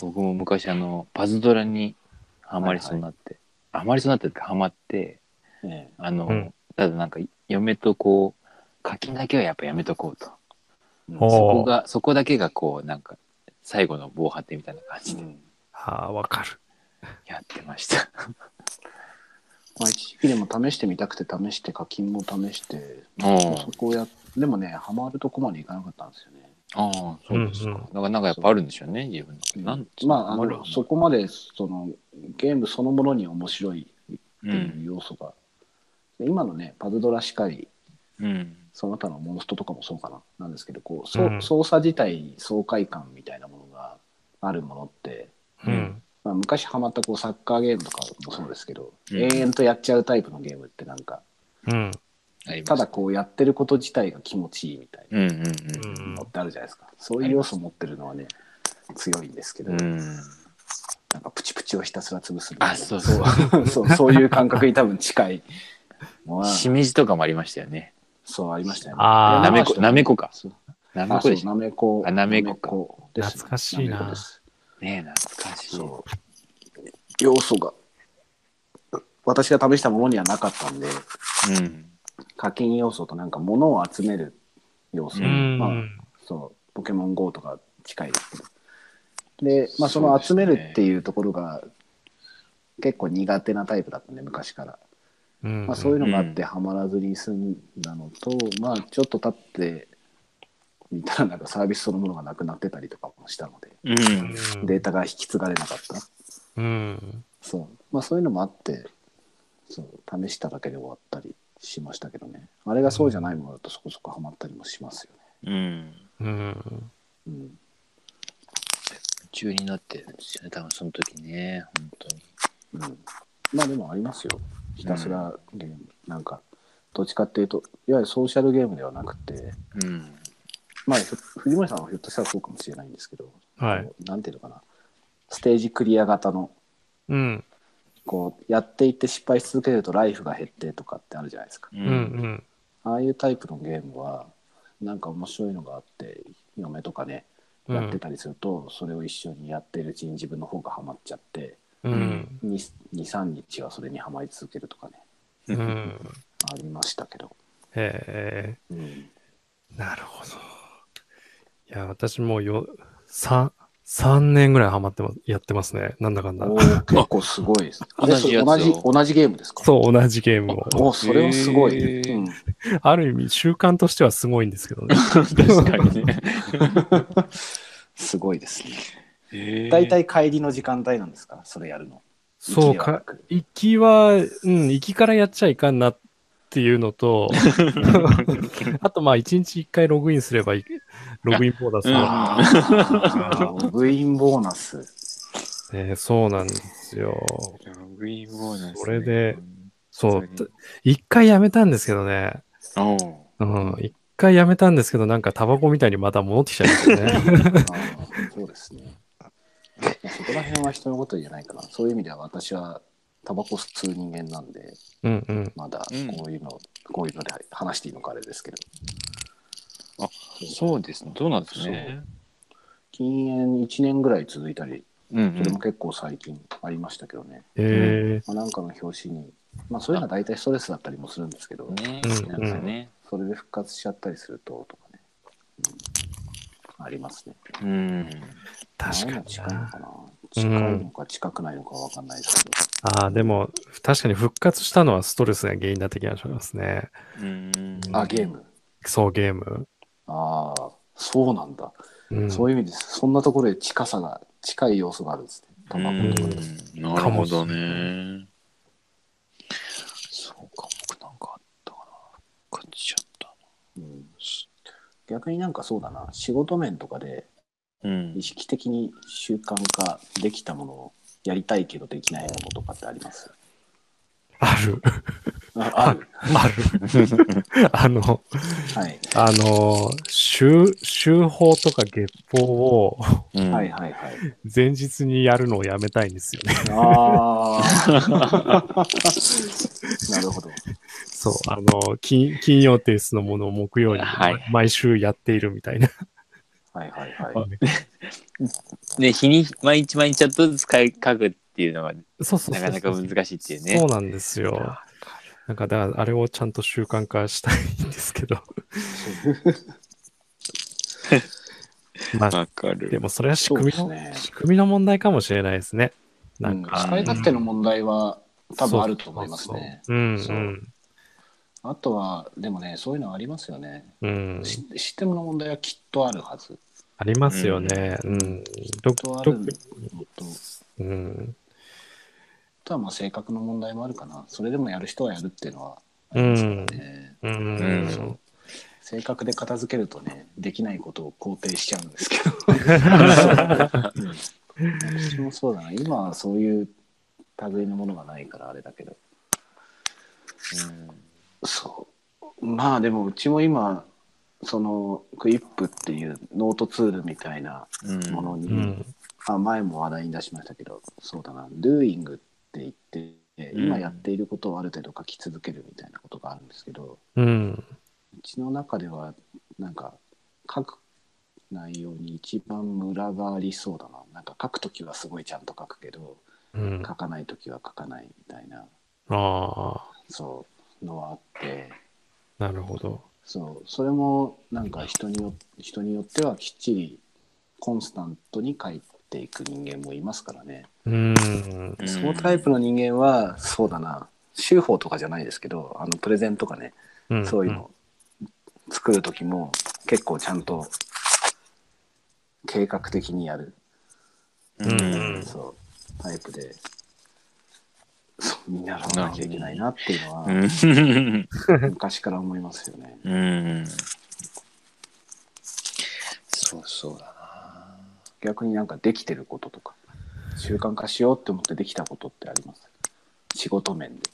[SPEAKER 3] 僕も昔、あの、パズドラにハマりそうになって、ハマりそうになってっていうかハマって、
[SPEAKER 1] ええ
[SPEAKER 3] あの、
[SPEAKER 2] うん
[SPEAKER 3] ただなんか嫁とこう課金だけはやっぱやめとこうと。
[SPEAKER 1] うん
[SPEAKER 2] お
[SPEAKER 3] そ
[SPEAKER 2] ー
[SPEAKER 3] こが、そこだけがこう、なんか、最後の防波堤みたいな感じ
[SPEAKER 1] う
[SPEAKER 3] で
[SPEAKER 1] ん
[SPEAKER 2] はあ、わかる。
[SPEAKER 3] やってました。
[SPEAKER 1] まあ、一時期でも試してみたくて試して課金も試して
[SPEAKER 3] お
[SPEAKER 1] そこをやでもねハマるとこまでいかなかったんですよね
[SPEAKER 3] ああ、そうですか。
[SPEAKER 2] うんうん
[SPEAKER 3] だからなんかやっぱあるんでしょうね、自分の。なん
[SPEAKER 1] まああ
[SPEAKER 3] ある
[SPEAKER 1] のそこまでそのゲームそのものに面白いっていう要素が、で今のねパズドラしかり
[SPEAKER 3] うん。
[SPEAKER 1] その他のモンストとかもそうかななんですけどこう、そう
[SPEAKER 2] うん
[SPEAKER 1] 操作自体爽快感みたいなものがあるものって、
[SPEAKER 2] うん。
[SPEAKER 1] まあ、昔ハマったこうサッカーゲームとかもそうですけど、
[SPEAKER 3] うん
[SPEAKER 1] 永遠とやっちゃうタイプのゲームってなんか
[SPEAKER 2] うん。
[SPEAKER 3] ありま
[SPEAKER 1] た
[SPEAKER 3] す
[SPEAKER 1] だ、こうやってること自体が気持ちいいみたい
[SPEAKER 3] うんうん
[SPEAKER 1] な
[SPEAKER 2] う
[SPEAKER 1] んのってあるじゃないですか、そういう要素持ってるのはね強いんですけど、
[SPEAKER 3] うん。うん。
[SPEAKER 1] なんかプチプチをひたすら潰すみたいな
[SPEAKER 3] あ、そうそう。
[SPEAKER 1] そうそういう感覚に多分近いのは
[SPEAKER 3] しめじとかもありましたよね。
[SPEAKER 1] そうありましたよね。
[SPEAKER 2] あー
[SPEAKER 1] いや
[SPEAKER 3] なめこなめこか
[SPEAKER 1] そう
[SPEAKER 3] なめ
[SPEAKER 1] あ
[SPEAKER 3] こ
[SPEAKER 1] そう
[SPEAKER 3] でしょ。
[SPEAKER 1] なめこ。
[SPEAKER 3] あなめこか
[SPEAKER 1] なめこです
[SPEAKER 2] 懐かしいな
[SPEAKER 1] なめこです
[SPEAKER 3] ねえ、懐かしい。
[SPEAKER 1] そう。要素が、私が試したものにはなかったんで、
[SPEAKER 3] うん。
[SPEAKER 1] 課金要素となんか物を集める要素。
[SPEAKER 2] うん。
[SPEAKER 1] まあ、そう、ポケモン GO とか近いですけど。で、まあ、その集
[SPEAKER 3] そうで
[SPEAKER 1] め
[SPEAKER 3] すね
[SPEAKER 1] るっていうところが、結構苦手なタイプだったんで、昔から。
[SPEAKER 2] うん
[SPEAKER 1] まあ、そういうのがあってハマらずに済んだのと、まあちょっと経ってみたらなんかサービスそのものがなくなってたりとかもしたので、
[SPEAKER 3] うん。
[SPEAKER 1] データが引き継がれなかった
[SPEAKER 2] うん。
[SPEAKER 1] そう,、まあ、そういうのもあってそう試しただけで終わったりしましたけどねあれがそうじゃないものだとそこそこハマったりもしますよ
[SPEAKER 3] うん。
[SPEAKER 2] うん。
[SPEAKER 1] ね、
[SPEAKER 3] 夢中になってるんですよね、多分その時ね、本当に。
[SPEAKER 1] うんうん、まあでもありますよひたすらゲーム、なんかどっちかっていうといわゆるソーシャルゲームではなくて
[SPEAKER 3] うん。
[SPEAKER 1] まあひょ藤森さんはひょっとしたらそうかもしれないんですけど
[SPEAKER 2] はい。
[SPEAKER 1] なんていうのかなステージクリア型の
[SPEAKER 2] うん。
[SPEAKER 1] こうやっていって失敗し続けるとライフが減ってとかってあるじゃないですか
[SPEAKER 3] う
[SPEAKER 2] うん。う。ん。
[SPEAKER 1] ああいうタイプのゲームはなんか面白いのがあって嫁とかね
[SPEAKER 2] うん
[SPEAKER 1] やってたりすると、それを一緒にやってるうちに自分の方がハマっちゃって
[SPEAKER 2] うん。
[SPEAKER 1] 23日はそれにハマり続けるとかね
[SPEAKER 2] うん。
[SPEAKER 1] ありましたけど、
[SPEAKER 2] え
[SPEAKER 1] うん、
[SPEAKER 2] ー、なるほど。いや、私もうよ、三、三年ぐらいハマってます、やってますね。なんだかんだ。
[SPEAKER 1] おー結構すごいです
[SPEAKER 3] あ同じやつを
[SPEAKER 1] 同じ同じゲームですか
[SPEAKER 2] そう、同じゲームを。
[SPEAKER 1] おそれはすごい、
[SPEAKER 3] へー
[SPEAKER 1] うん
[SPEAKER 2] ある意味、習慣としてはすごいんですけどね。
[SPEAKER 3] 確かにね。
[SPEAKER 1] すごいですね
[SPEAKER 3] え
[SPEAKER 1] 大。体帰りの時間帯なんですかそれやるの
[SPEAKER 2] そ
[SPEAKER 1] 行き
[SPEAKER 2] う
[SPEAKER 1] ではな
[SPEAKER 2] か
[SPEAKER 1] く、
[SPEAKER 2] 行きは、うん、行きからやっちゃいかんなっていうのと、 あとまあ、一日一回ログインすればいい、ログインボーナスが、
[SPEAKER 1] あ ーログインボーナス。
[SPEAKER 2] ねそうなんですよ。
[SPEAKER 3] ログインボーナスね。
[SPEAKER 2] それでそ
[SPEAKER 3] そ
[SPEAKER 2] う
[SPEAKER 3] うね、
[SPEAKER 2] 一回やめたんですけどね。
[SPEAKER 3] お
[SPEAKER 2] う
[SPEAKER 3] う。
[SPEAKER 2] ん、一回やめたんですけど、なんかタバコみたいにまた戻ってきちゃいまし たね。
[SPEAKER 1] あーそうですね。そこら辺は人のこと言えないかな。そういう意味では私はタバコ吸う人間なんで、
[SPEAKER 2] うんうん。
[SPEAKER 1] まだ
[SPEAKER 3] うん
[SPEAKER 1] こういうの、こういうので話していいのかあれですけど。
[SPEAKER 3] あそうですね。そうなんですね。
[SPEAKER 1] 禁煙1年ぐらい続いたり、
[SPEAKER 3] うんう
[SPEAKER 1] それも
[SPEAKER 3] ん。
[SPEAKER 1] 結構最近ありましたけどね。
[SPEAKER 2] え
[SPEAKER 1] まあ、なんかの表紙に、まあそういうのは大体ストレスだったりもするんですけど、
[SPEAKER 3] ね
[SPEAKER 2] うん
[SPEAKER 3] なんかね。
[SPEAKER 1] それで復活しちゃったりすると、とかね。うんありますね。
[SPEAKER 3] うん。
[SPEAKER 2] ー、
[SPEAKER 1] 何が
[SPEAKER 2] 確
[SPEAKER 1] 近
[SPEAKER 2] か
[SPEAKER 1] い
[SPEAKER 2] に
[SPEAKER 1] の
[SPEAKER 2] な。
[SPEAKER 1] かな
[SPEAKER 2] うん
[SPEAKER 1] 近いのか近くないのかわかんないですけど、
[SPEAKER 2] ああ、でも、確かに復活したのはストレスが原因だった気がしますね。
[SPEAKER 3] うん。
[SPEAKER 1] あゲーム
[SPEAKER 2] そう、ゲーム。
[SPEAKER 1] ああそうなんだ、
[SPEAKER 2] うん、
[SPEAKER 1] そういう意味ですそんなところで近さが近い要素があるんですねタバコとかです
[SPEAKER 3] うんなるほどね。そうか、僕なんかあったかな。復活しちゃっ
[SPEAKER 1] うん逆になんかそうだな仕事面とかで
[SPEAKER 3] た。うん
[SPEAKER 1] 意。識的に習慣化できたものをやりたいけどできないものとかってあります
[SPEAKER 2] ある。
[SPEAKER 1] あある
[SPEAKER 2] ある。あの、
[SPEAKER 1] はい、
[SPEAKER 2] あの、週、週報とか月報を
[SPEAKER 3] うん
[SPEAKER 1] はいはい はい
[SPEAKER 2] 前日にやるのをやめたいんですよね。
[SPEAKER 1] ああ なるほど
[SPEAKER 2] そう、あの、金、金曜提出のものを木曜に
[SPEAKER 3] はい
[SPEAKER 2] 毎週やっているみたいな。
[SPEAKER 1] はいはいはい
[SPEAKER 3] ね、日に毎日毎日ちょっとずつ書い書くっていうのが
[SPEAKER 2] そうそうそう
[SPEAKER 3] な
[SPEAKER 2] そ
[SPEAKER 3] か
[SPEAKER 2] う
[SPEAKER 3] なか難しいっていう ね。
[SPEAKER 2] そうなんですよ。なんか、だからあれをちゃんと習慣化したいんですけど、まあ、
[SPEAKER 3] わかる。
[SPEAKER 2] でもそれは仕組み
[SPEAKER 1] そう
[SPEAKER 2] の、
[SPEAKER 1] ですね
[SPEAKER 2] 仕組みの問題かもしれないですね。
[SPEAKER 1] う
[SPEAKER 2] なんんか、
[SPEAKER 1] 使い勝手の問題は多分あると思いますね。
[SPEAKER 2] うん、、
[SPEAKER 1] そううんあとは、でもね、そういうのはありますよね。
[SPEAKER 2] うん。
[SPEAKER 1] シシステムの問題はきっとあるはず。
[SPEAKER 2] ありますよね。うん。ど
[SPEAKER 1] きっとあ
[SPEAKER 2] ど
[SPEAKER 1] るのと、
[SPEAKER 2] うん。
[SPEAKER 1] あとはまあ性格の問題もあるかな。それでもやる人はやるっていうのはあ
[SPEAKER 2] う
[SPEAKER 1] りますから
[SPEAKER 2] ん。
[SPEAKER 1] ね。
[SPEAKER 2] うん。
[SPEAKER 3] うん
[SPEAKER 1] そう性格で片付けるとね、できないことを肯定しちゃうんですけど。私もそうだな。今はそういう類のものがないからあれだけど。そう。まあでもうちも今、そのクイップっていうノートツールみたいな
[SPEAKER 3] うん。
[SPEAKER 1] ものに、
[SPEAKER 2] うん。
[SPEAKER 1] あ前も話題に出しましたけど、そうだな、doing って言って、今やっていることをある程度書き続けるみたいなことがあるんですけど、
[SPEAKER 2] うん。
[SPEAKER 1] うちの中では、なんか、書く内容に一番ムラがありそうだな。なんか書くときはすごいちゃんと書くけど、
[SPEAKER 2] うん。
[SPEAKER 1] 書
[SPEAKER 2] あ
[SPEAKER 1] かないときは書かないみたいな、
[SPEAKER 2] あ
[SPEAKER 1] そう、のはあって、
[SPEAKER 2] ー、なるほど。
[SPEAKER 1] そう、それもなんか人によ人によってはきっちりコンスタントに書いていく人間もいますからね。
[SPEAKER 2] うん。
[SPEAKER 3] うん
[SPEAKER 1] そのタイプの人間は、そうだな、修法とかじゃないですけど、あのプレゼンとかね、
[SPEAKER 2] うん
[SPEAKER 1] そういうの作る時も結構ちゃんと計画的にやる、
[SPEAKER 3] うんうん
[SPEAKER 1] そうタイプでそう見習わなきゃいけないなっていうのは、
[SPEAKER 3] うん
[SPEAKER 1] 昔から思いますよね。
[SPEAKER 3] うん。そうそうだな。
[SPEAKER 1] 逆になんかできてることとか習慣化しようって思ってできたことってあります仕事面で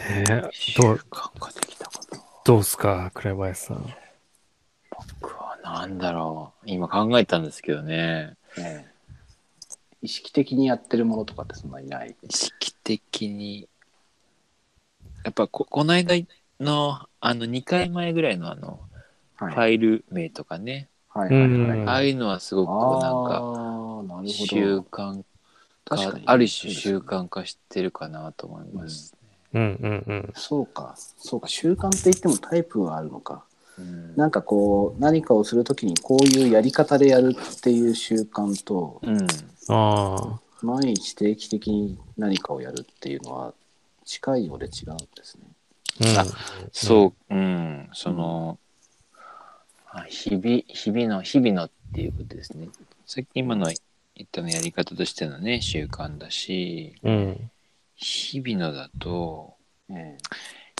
[SPEAKER 2] えーどう、
[SPEAKER 3] 慣化できたこと。
[SPEAKER 2] どうすか、倉林さん。
[SPEAKER 3] 僕はなんだろう。今考えたんですけどね。
[SPEAKER 1] ね意識的にやってるものとかってそんなにない。
[SPEAKER 3] 意識的に。やっぱこ、この間の、あの、2回前ぐらいのあの、
[SPEAKER 1] は
[SPEAKER 3] ファイル名とかね。
[SPEAKER 1] はいはいはい
[SPEAKER 2] うん
[SPEAKER 1] はい。
[SPEAKER 3] ああいうのはすごくなん
[SPEAKER 1] あ
[SPEAKER 3] か、
[SPEAKER 1] ーなるほど
[SPEAKER 3] 習慣
[SPEAKER 1] 確か
[SPEAKER 3] 化
[SPEAKER 1] に、
[SPEAKER 3] ある種習慣化してるかなと思います。
[SPEAKER 2] うんうん
[SPEAKER 1] そうかそうか習慣って言ってもタイプはあるのか
[SPEAKER 3] うん
[SPEAKER 1] なんかこう何かをするときにこういうやり方でやるっていう習慣と
[SPEAKER 3] うん。
[SPEAKER 2] うん。あ
[SPEAKER 1] 毎日定期的に何かをやるっていうのは近いようで違うんですね
[SPEAKER 2] あ。
[SPEAKER 3] そう、うん、その、あ日々、日々の、日々のっていうことですね。さっき今の言ったのやり方としてのね、習慣だし、
[SPEAKER 2] うん。うん。
[SPEAKER 3] 日々のだと、
[SPEAKER 1] ええ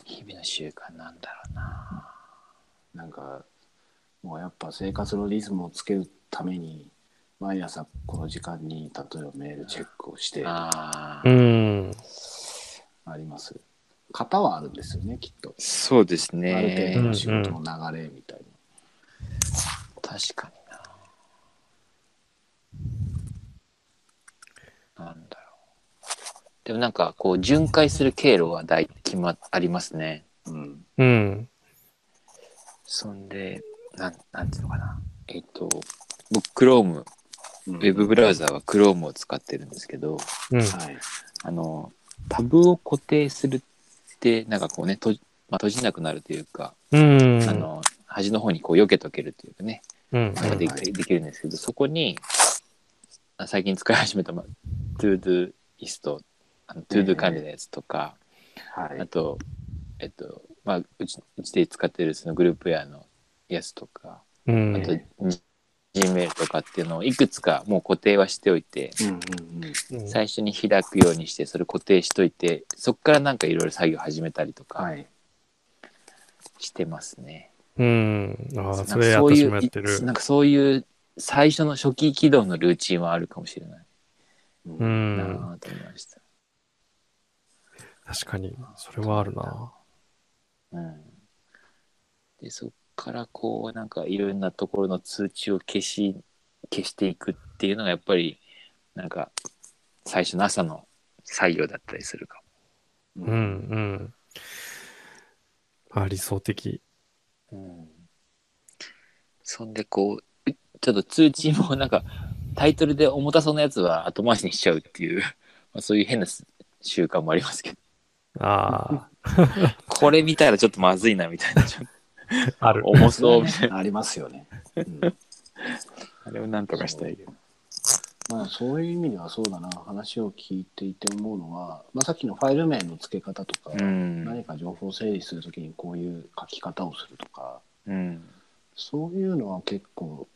[SPEAKER 3] 日々の習慣なんだろうな。
[SPEAKER 1] なんかもうやっぱ生活のリズムをつけるために毎朝この時間に例えばメールチェックをしてあ
[SPEAKER 2] う
[SPEAKER 3] ああ、
[SPEAKER 2] ん。
[SPEAKER 1] ります型はあるんですよねきっと
[SPEAKER 3] そうです
[SPEAKER 1] ある程
[SPEAKER 3] ね
[SPEAKER 1] 度。の仕事の流れみたいな、
[SPEAKER 3] 確かにな。なんだろう。でもなんか、こう、巡回する経路は大決まありますね。
[SPEAKER 1] うん
[SPEAKER 2] うん。
[SPEAKER 3] そんで、なん、なんていうのかな。えっ、と、僕、Chrome、
[SPEAKER 1] うん、
[SPEAKER 3] ウェブブラウザーは Chrome を使ってるんですけど、
[SPEAKER 2] うん。
[SPEAKER 1] はい
[SPEAKER 3] あの、タブを固定するって、なんかこうね、とまあ、閉じなくなるというか、
[SPEAKER 2] うん。
[SPEAKER 3] あの、端の方にこう、避けとけるというかね、
[SPEAKER 2] うん。
[SPEAKER 3] なんかで
[SPEAKER 1] はい
[SPEAKER 3] できるんですけど、そこに、あ最近使い始めた、まあ、to do list、あの to do 管理のやつとか、
[SPEAKER 1] はい
[SPEAKER 3] あと、えっと、まあ、うち、うちで使ってるそのグループウェアのやつとか、
[SPEAKER 2] う
[SPEAKER 3] あと
[SPEAKER 2] ん。
[SPEAKER 3] G- Gmail とかっていうのをいくつかもう固定はしておいて、
[SPEAKER 1] うんうんうん
[SPEAKER 3] 最初に開くようにして、それ固定しといて、そこからなんかいろいろ作業始めたりとか
[SPEAKER 1] はい。
[SPEAKER 3] してますね。
[SPEAKER 2] うん。ああ、
[SPEAKER 3] なんか
[SPEAKER 2] それ
[SPEAKER 3] そうい
[SPEAKER 2] 私
[SPEAKER 3] う
[SPEAKER 2] もやってる。
[SPEAKER 3] なんかそういう最初の初期起動のルーチンはあるかもしれない
[SPEAKER 2] うん
[SPEAKER 3] な。ぁと思いました。
[SPEAKER 2] 確かに、それはあるな。
[SPEAKER 3] うん。で、そこからこう、なんかいろんなところの通知を消し、消していくっていうのがやっぱり、なんか最初の朝の作業だったりするかも。
[SPEAKER 1] う
[SPEAKER 2] うん、う。ん。あ理想的。
[SPEAKER 3] うんそんでこううちょっと通知もなんかタイトルで重たそうなやつは後回しにしちゃ うっていう、まあ、そういう変なす習慣もありますけど
[SPEAKER 2] ああ、
[SPEAKER 3] これ見たらちょっとまずいなみたいな、ちょっ
[SPEAKER 2] ある
[SPEAKER 3] と。 重そうみたいな。
[SPEAKER 1] ありますよね。うん
[SPEAKER 3] あれをなんとかしたいけど。
[SPEAKER 1] まあ、そういう意味ではそうだな話を聞いていて思うのは、まあ、さっきのファイル名の付け方とか、
[SPEAKER 3] うん。
[SPEAKER 1] 何か情報整理するときにこういう書き方をするとか
[SPEAKER 3] うん。
[SPEAKER 1] そういうのは結構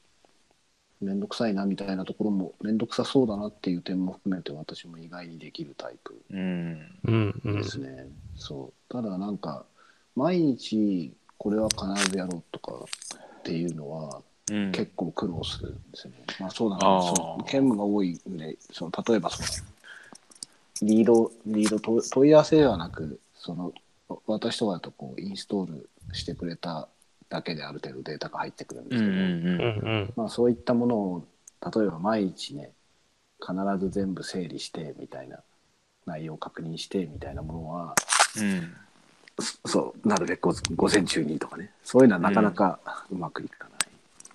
[SPEAKER 1] 面倒くさいなみたいなところも面倒くさそうだなっていう点も含めて私も意外にできるタイプ
[SPEAKER 3] うん。
[SPEAKER 2] うんう
[SPEAKER 1] で
[SPEAKER 2] ん。
[SPEAKER 1] すね。そうただなんか毎日これは必ずやろうとかっていうのは
[SPEAKER 3] うん。
[SPEAKER 1] 結構苦労するんですよね。まあそうだな、
[SPEAKER 3] あー
[SPEAKER 1] そう兼務が多いんで、その例えばそのリード、リード問い問い合わせではなく、そのわ私とかだとこうインストールしてくれただけである程度データが入ってくるんで
[SPEAKER 3] うん
[SPEAKER 1] す
[SPEAKER 3] う
[SPEAKER 1] けど、
[SPEAKER 2] うん
[SPEAKER 3] ん
[SPEAKER 2] うん。
[SPEAKER 1] まあそういったものを例えば毎日ね、必ず全部整理してみたいな内容を確認してみたいなものは、
[SPEAKER 3] うん。
[SPEAKER 1] そそう、なるべく午午前中にとかね、そういうのはなかなかうまくいかない。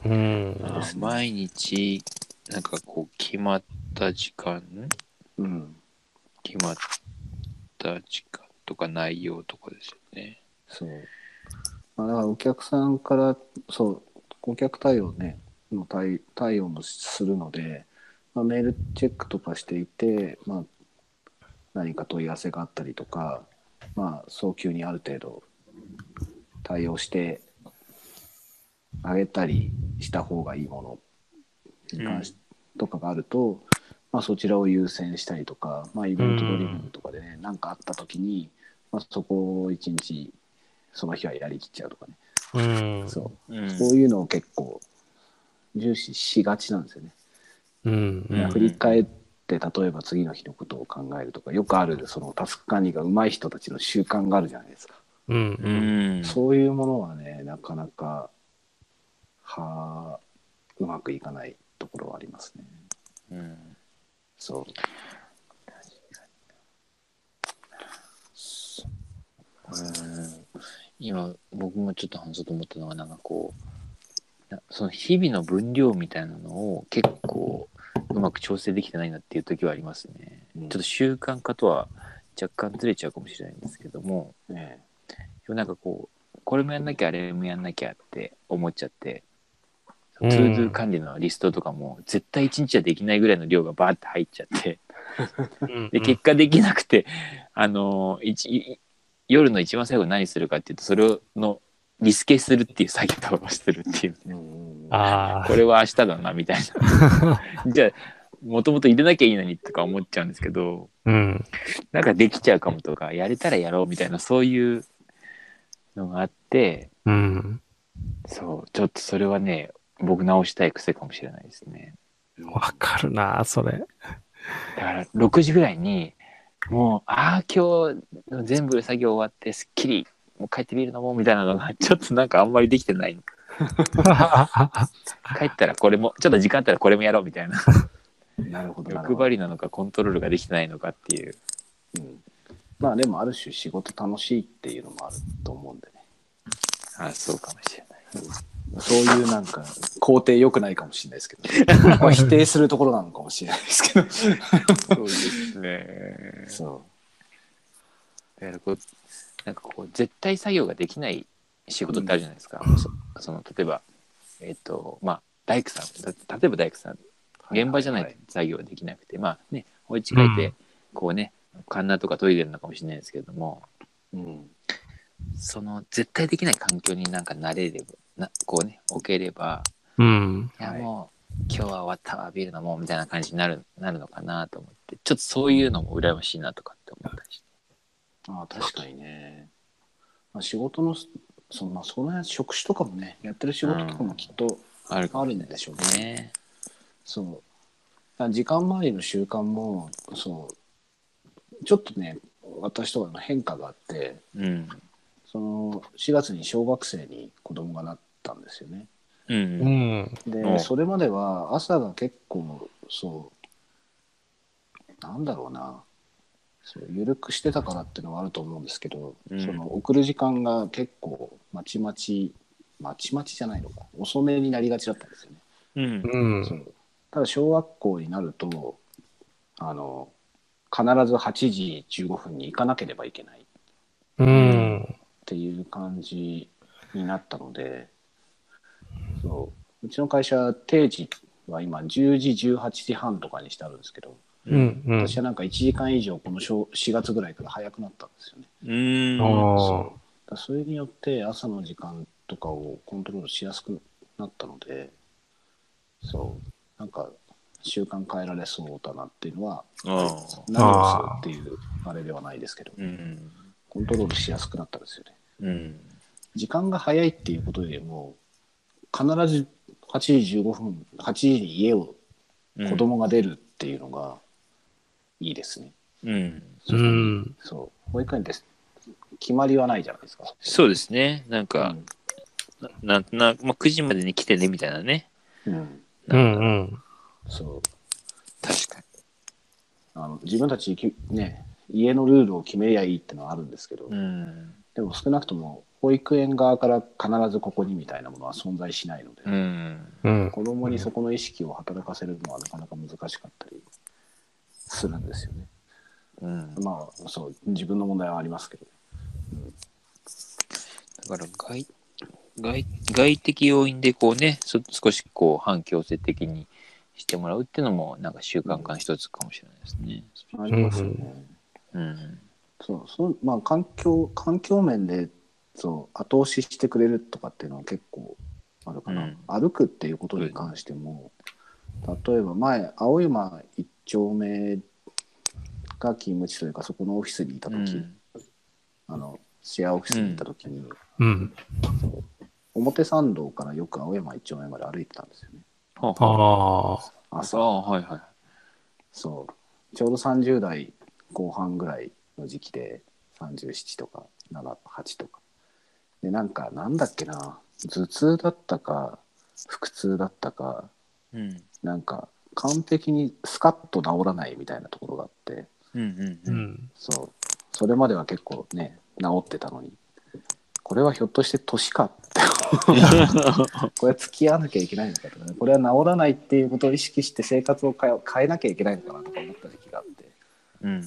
[SPEAKER 2] うん。
[SPEAKER 3] あー毎日、なんかこう、決まった時間、
[SPEAKER 1] うん
[SPEAKER 3] 決まった時間とか内容とかですよね。
[SPEAKER 1] そう。まあ、だからお客さんから、そう、顧客対応ね、の対対応もするので、まあ、メールチェックとかしていて、まあ、何か問い合わせがあったりとか、まあ、早急にある程度対応してあげたりした方がいいものに関し、とかがあると、まあ、そちらを優先したりとか、まあ、イベントドリブンとかでね、なんかあった時に、まあ、そこを一日その日はやりきっちゃうとかね、
[SPEAKER 2] うん。
[SPEAKER 1] そう
[SPEAKER 3] うん
[SPEAKER 1] こういうのを結構重視しがちなんですよね。
[SPEAKER 2] うんうん。
[SPEAKER 1] 振り返って例えば次の日のことを考えるとかよくあるそのタスク管理が上手い人たちの習慣があるじゃないですか。
[SPEAKER 2] うん
[SPEAKER 3] う
[SPEAKER 2] うん。
[SPEAKER 3] ん。
[SPEAKER 1] そういうものはねなかなかはうまくいかないところはありますね。
[SPEAKER 3] うん。
[SPEAKER 1] そう
[SPEAKER 3] うん今僕もちょっと話そうと思ったのはなんかこうなその日々の分量みたいなのを結構うまく調整できてないなっていう時はありますね、
[SPEAKER 1] うん
[SPEAKER 3] ちょっと習慣化とは若干ずれちゃうかもしれないんですけども
[SPEAKER 1] ね
[SPEAKER 3] でもなんかこうこれもやんなきゃあれもやんなきゃって思っちゃってト
[SPEAKER 2] うん
[SPEAKER 3] ゥードゥー管理のリストとかも絶対1日はできないぐらいの量がバーって入っちゃってで結果できなくて、あのいちい夜の一番最後に何するかっていうとそれをのリスケするっていう作業をしてるっていう
[SPEAKER 1] うんうん
[SPEAKER 2] ああ
[SPEAKER 3] こ。れは明日だなみたいなじゃあもともと入れなきゃいいのにとか思っちゃうんですけど
[SPEAKER 2] うん。
[SPEAKER 3] なんかできちゃうかもとかやれたらやろうみたいなそういうのがあって
[SPEAKER 2] うん。
[SPEAKER 3] そうちょっとそれはね僕直したい癖かもしれないですね
[SPEAKER 2] わかるな、それ。
[SPEAKER 3] だから6時ぐらいにもうああ今日全部作業終わってすっきりもう帰ってビール飲もうみたいなのがちょっとなんかあんまりできてない帰ったらこれもちょっと時間あったらこれもやろうみたいな
[SPEAKER 1] なるほどなる
[SPEAKER 3] 欲
[SPEAKER 1] ほど
[SPEAKER 3] 張りなのかコントロールができてないのかっていう
[SPEAKER 1] うんまあでもある種仕事楽しいっていうのもあると思うんでね。
[SPEAKER 3] ああそうかもしれない
[SPEAKER 1] そういうなんか肯定良くないかもしれないですけ ど、これ否定するところなのかもしれないですけど。
[SPEAKER 3] そうですね
[SPEAKER 1] そ
[SPEAKER 3] だからこうなんかこう絶対作業ができない仕事ってあるじゃないですか、そその例えばえっ、とまあ大工さんた例えば大工さん
[SPEAKER 1] う。
[SPEAKER 3] 現場じゃな
[SPEAKER 1] はい
[SPEAKER 3] と作業はできなくて、まあね、お家帰っ
[SPEAKER 2] う
[SPEAKER 3] て
[SPEAKER 2] ん、
[SPEAKER 3] こうね、カンナとかトイレなのかもしれないですけれども、
[SPEAKER 1] いはい。うん。
[SPEAKER 3] その絶対できない環境になんか慣れれば、なこうね、置ければ、
[SPEAKER 2] うん。
[SPEAKER 3] いや
[SPEAKER 1] はい
[SPEAKER 3] もう、今日は終わったわ、ビール飲もうみたいな感じになるなるのかなと思って、ちょっとそういうのも羨ましいなとかって思ったりして。
[SPEAKER 1] ああ確かにね。まあ、仕事の、そのまあ、その辺職種とかもね、やってる仕事とかもきっと
[SPEAKER 3] あるか
[SPEAKER 1] あ
[SPEAKER 3] も
[SPEAKER 1] るんでしょうね。
[SPEAKER 3] ね。
[SPEAKER 1] そう。だから時間回りの習慣も、そう、ちょっとね、私とかの変化があって、
[SPEAKER 3] うん。
[SPEAKER 1] その4月に小学生に子供がなったんですよね。
[SPEAKER 3] う。
[SPEAKER 2] うんん。
[SPEAKER 1] で、
[SPEAKER 3] うん
[SPEAKER 1] それまでは朝が結構そうなんだろうなそう緩くしてたからっていうのはあると思うんですけど、
[SPEAKER 3] うん
[SPEAKER 1] その送る時間が結構まちまちまちまちじゃないのか遅めになりがちだったんですよね。
[SPEAKER 3] うん。
[SPEAKER 2] うん。
[SPEAKER 1] そうただ小学校になるとあの必ず8時15分に行かなければいけない
[SPEAKER 2] うん。
[SPEAKER 1] っていう感じになったのでそううちの会社定時は今10時18時半とかにしてあるんですけど、
[SPEAKER 2] うんうん。
[SPEAKER 1] 私はなんか1時間以上この小4月ぐらいから早くなったんですよね。
[SPEAKER 3] うん。
[SPEAKER 1] だ
[SPEAKER 2] あ
[SPEAKER 1] からそれによって朝の時間とかをコントロールしやすくなったのでそうなんか習慣変えられそうだなっていうのは
[SPEAKER 3] う
[SPEAKER 1] 何をするっていうあれではないですけど
[SPEAKER 3] ん。
[SPEAKER 1] コントロールしやすくなったんですよね
[SPEAKER 3] うん。
[SPEAKER 1] 時間が早いっていうことよりも必ず8時15分8時に家を子供が出るっていうのがいいですね、
[SPEAKER 3] うん。
[SPEAKER 2] あ。うん。
[SPEAKER 1] そう保育園って決まりはないじゃないですか
[SPEAKER 3] そうですね。なん
[SPEAKER 1] う
[SPEAKER 3] か、
[SPEAKER 1] ん
[SPEAKER 3] な、な、まあ、9時までに来てね、みたいなね。
[SPEAKER 1] うん、
[SPEAKER 2] うんうん。
[SPEAKER 1] そう
[SPEAKER 3] 確か
[SPEAKER 1] あの自分たちき、ね、家のルールを決めりゃいいってのはあるんですけど、
[SPEAKER 3] に。うん。
[SPEAKER 1] でも少なくとも保育園側から必ずここにみたいなものは存在しないので、
[SPEAKER 3] うん。
[SPEAKER 2] うん。
[SPEAKER 1] 子供にそこの意識を働かせるのはなかなか難しかったりするんですよね。
[SPEAKER 3] うん。
[SPEAKER 1] まあそう自分の問題はありますけど、
[SPEAKER 3] だから外外外的要因でこうねそ少しこう反強制的にしてもらうっていうのもなんか習慣化の一つかもしれないですね。
[SPEAKER 1] ありますよね。
[SPEAKER 3] うん、
[SPEAKER 1] そうそうまあ環境環境面でそう後押ししてくれるとかっていうのは結構あるかな、
[SPEAKER 3] うん
[SPEAKER 1] 歩くっていうことに関しても、例えば前青山一丁目が勤務地というかそこのオフィスにいた
[SPEAKER 3] う
[SPEAKER 1] 時、
[SPEAKER 3] ん
[SPEAKER 1] あのシェアオフィスにいた時に、
[SPEAKER 2] うん。
[SPEAKER 1] そう表参道からよく青山一丁目まで歩いてたんですよね
[SPEAKER 3] はあは
[SPEAKER 2] ああ。
[SPEAKER 3] あ
[SPEAKER 1] 朝
[SPEAKER 3] ああはいはい。
[SPEAKER 1] そうちょうど30代後半ぐらいの時期で37とか78とかでなんかなんだっけな頭痛だったか腹痛だったか
[SPEAKER 3] うん
[SPEAKER 1] なんか完璧にスカッと治らないみたいなところがあって
[SPEAKER 3] うんう
[SPEAKER 2] うんん。
[SPEAKER 1] そうそれまでは結構ね治ってたのにこれはひょっとして年かってこれ付き合わなきゃいけないのかとか、ね、これは治らないっていうことを意識して生活を変え変えなきゃいけないのかなとか思った時期があって
[SPEAKER 3] うん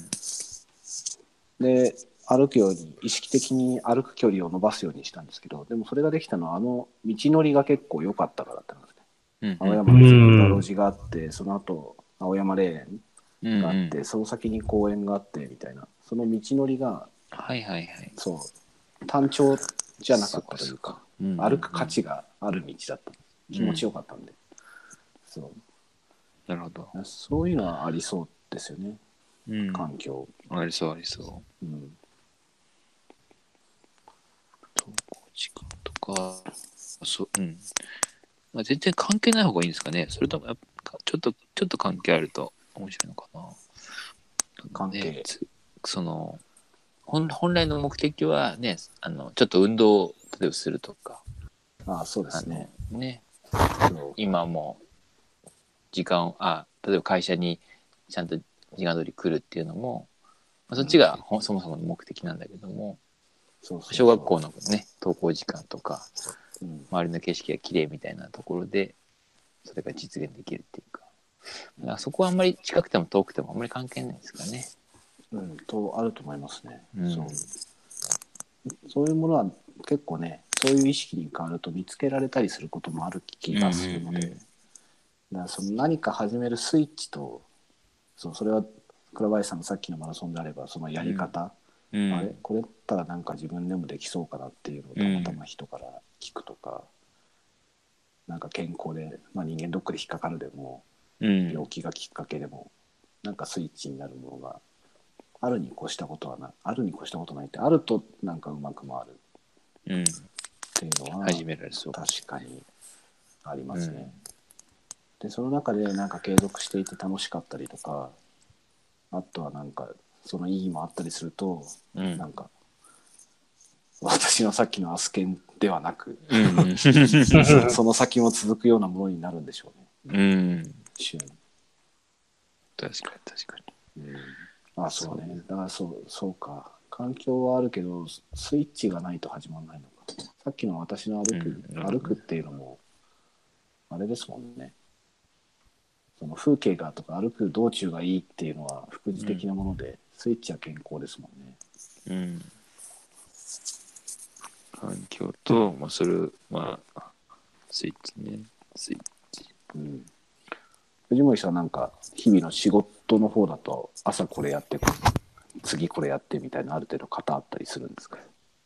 [SPEAKER 1] で歩くように意識的に歩く距離を伸ばすようにしたんですけどでもそれができたのはあの道のりが結構良かったからだったんですね
[SPEAKER 3] うん
[SPEAKER 1] 青山の路地があってその後青山霊
[SPEAKER 3] うん
[SPEAKER 1] 園
[SPEAKER 3] う
[SPEAKER 1] があっ
[SPEAKER 3] ん
[SPEAKER 1] て、その先に公園があってみたいなその道のりが
[SPEAKER 3] はいはいはい。
[SPEAKER 1] そう単調じゃなかったというか
[SPEAKER 3] うん
[SPEAKER 1] 歩く価。値がある道だった気持ちよかったんで、そう
[SPEAKER 3] なるほど。
[SPEAKER 1] そういうのはありそうですよね
[SPEAKER 3] うん
[SPEAKER 1] 環境、
[SPEAKER 3] ありそうありそう。
[SPEAKER 1] うん
[SPEAKER 3] 投稿時間とか、そう、うん。まあ、全然関係ない方がいいんですかね。それともやっぱ、ちょっと、ちょっと関係あると面白いのかな。
[SPEAKER 1] 関係
[SPEAKER 3] ねつその、本本来の目的はね、あの、ちょっと運動を、例えばするとか、
[SPEAKER 1] ああそうで
[SPEAKER 3] あ
[SPEAKER 1] すね
[SPEAKER 3] の、ね、
[SPEAKER 1] そう
[SPEAKER 3] 今も、時間を、あ、例えば会社にちゃんと時間通り来るっていうのも、まあ、そっちがほそもそもの目的なんだけども、
[SPEAKER 1] そうそう
[SPEAKER 3] 小学校のね、登校時間とか、
[SPEAKER 1] うん
[SPEAKER 3] 周りの景色が綺麗みたいなところでそれが実現できるっていうかだからそこはあんまり近くても遠くてもあんまり関係ないですかね。
[SPEAKER 1] うん、とあると思いますね、
[SPEAKER 3] うん
[SPEAKER 1] そうそういうものは結構ねそういう意識に変わると見つけられたりすることもある気がするので、
[SPEAKER 3] うんうんうん
[SPEAKER 1] だからその何か始めるスイッチとそうそれは倉林さんのさっきのマラソンであればそのやり方、
[SPEAKER 3] うん
[SPEAKER 1] あれこれだったらなんか自分でもできそうかなっていうのをたまたま人から聞くとか、なんか健康で、まあ、人間ドックで引っかかるでも、
[SPEAKER 3] うん
[SPEAKER 1] 病気がきっかけでもなんかスイッチになるものがあるに越したことはないあるに越したことないってあるとなんかうまく回る
[SPEAKER 3] うん
[SPEAKER 1] っていうのは
[SPEAKER 3] 始められそう。
[SPEAKER 1] 確かにありますね。でその中でなんか継続していて楽しかったりとかあとはなんかその意義もあったりすると、
[SPEAKER 3] うんうん
[SPEAKER 1] なんか私のさっきのアスケンではな くその先も続くようなものになるんでしょうね
[SPEAKER 3] うん
[SPEAKER 1] 一瞬。
[SPEAKER 3] 確かに確かに。
[SPEAKER 1] あそうねだからそうそうか環境はあるけどススイッチがないと始まらないのかさっきの私の歩く、
[SPEAKER 3] うん
[SPEAKER 1] 歩くっていうのもあれですもんねその風景がとか歩く道中がいいっていうのは副次的なもので、スイッチは健康ですもんね
[SPEAKER 3] うん強と、まあ、それ、まあ、スイッチね。スイッチ。
[SPEAKER 1] うん、藤森さんなんか日々の仕事の方だと朝これやって次これやってみたいなある程度型あったりするんですか、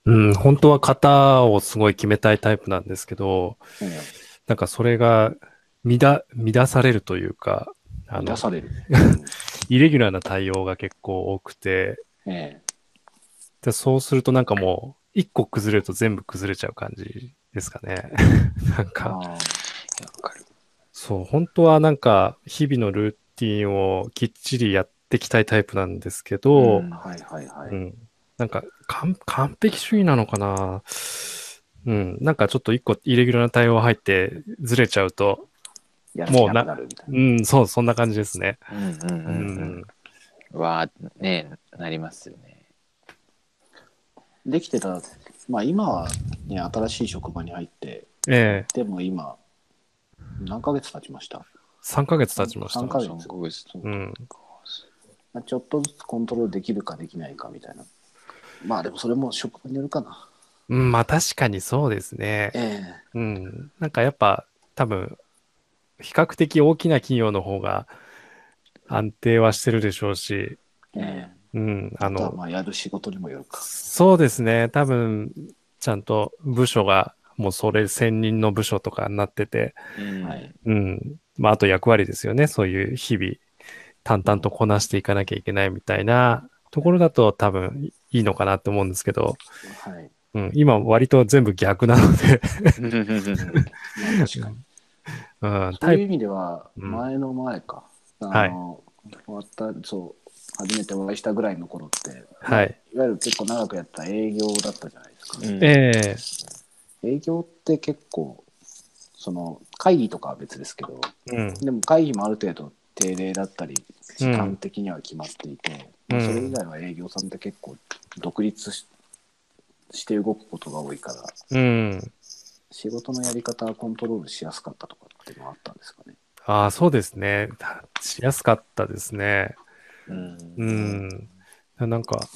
[SPEAKER 2] うん、本当は型をすごい決めたいタイプなんですけど、なんかそれが乱、乱されるというか、あの
[SPEAKER 1] 出、される、
[SPEAKER 2] イレギュラーな対応が結構多くて、
[SPEAKER 1] うんえ
[SPEAKER 2] でそうするとなんかもう、一個崩れると全部崩れちゃう感じですかね。 なん
[SPEAKER 1] え
[SPEAKER 2] か、
[SPEAKER 1] あ
[SPEAKER 3] いやわかる。
[SPEAKER 2] そう、本当はなんか、日々のルーティンをきっちりやっていきたいタイプなんですけど、
[SPEAKER 3] うん
[SPEAKER 1] ーはいはいはい、
[SPEAKER 2] うん、なんか完完璧主義なのかなうん、なんかちょっと一個イレギュラーな対応入ってずれちゃうと、
[SPEAKER 1] やる気なくなるみたいな
[SPEAKER 2] うん、そう、そんな感じですね。
[SPEAKER 3] うんう
[SPEAKER 2] う
[SPEAKER 3] んうん
[SPEAKER 2] ん、
[SPEAKER 3] うん。わあ、ねなりますよね。
[SPEAKER 1] できてたまあ今はね新しい職場に入って
[SPEAKER 2] ええ
[SPEAKER 1] でも今何ヶ月経ちました
[SPEAKER 2] 3ヶ月経ちました
[SPEAKER 1] 三。ヶ月
[SPEAKER 3] そうここです
[SPEAKER 2] うん、
[SPEAKER 1] まあちょっとずつコントロールできるかできないかみたいなまあでもそれも職場によるかな
[SPEAKER 2] うん、まあ確かにそうですね。
[SPEAKER 1] え
[SPEAKER 2] うん、なんかやっぱ多分、比較的大きな企業の方が安定はしてるでしょうし、
[SPEAKER 1] ええ
[SPEAKER 2] うん、
[SPEAKER 1] え
[SPEAKER 2] あ
[SPEAKER 1] あとは
[SPEAKER 2] の、
[SPEAKER 1] まあやる仕事にもよるか
[SPEAKER 2] そうですね。多分、ちゃんと部署が、もうそれ専任の部署とかになってて、
[SPEAKER 3] うん
[SPEAKER 1] はい
[SPEAKER 2] うん。まあ、あと役割ですよね。そういう日々、淡々とこなしていかなきゃいけないみたいなところだと多分いいのかなって思うんですけど、
[SPEAKER 1] はい
[SPEAKER 2] うん。今、割と全部逆なので、
[SPEAKER 1] まあ確かに
[SPEAKER 2] うん。
[SPEAKER 1] そ
[SPEAKER 2] タ
[SPEAKER 1] ういう
[SPEAKER 2] イ
[SPEAKER 1] 意味では
[SPEAKER 2] うん
[SPEAKER 1] 前の前か、
[SPEAKER 2] は
[SPEAKER 1] あ
[SPEAKER 2] い
[SPEAKER 1] の終わったそう初めてお会いしたぐらいの頃って、
[SPEAKER 2] プ、はい。
[SPEAKER 1] いわゆる結構長くやった営業だったじゃないですか、
[SPEAKER 3] うん
[SPEAKER 2] ええ
[SPEAKER 1] 営業って結構その会議とかは別ですけど
[SPEAKER 2] うん。
[SPEAKER 1] でも会議もある程度定例だったり時間的には決まっていて、
[SPEAKER 2] うん
[SPEAKER 1] それ以外は営業さんって結構独立しして動くことが多いから
[SPEAKER 2] うん。
[SPEAKER 1] 仕事のやり方はコントロールしやすかったとかっていうのはあったんですかね
[SPEAKER 2] ああ、そうですね。たしやすかったですね。
[SPEAKER 3] うん
[SPEAKER 2] う。ん。なんか、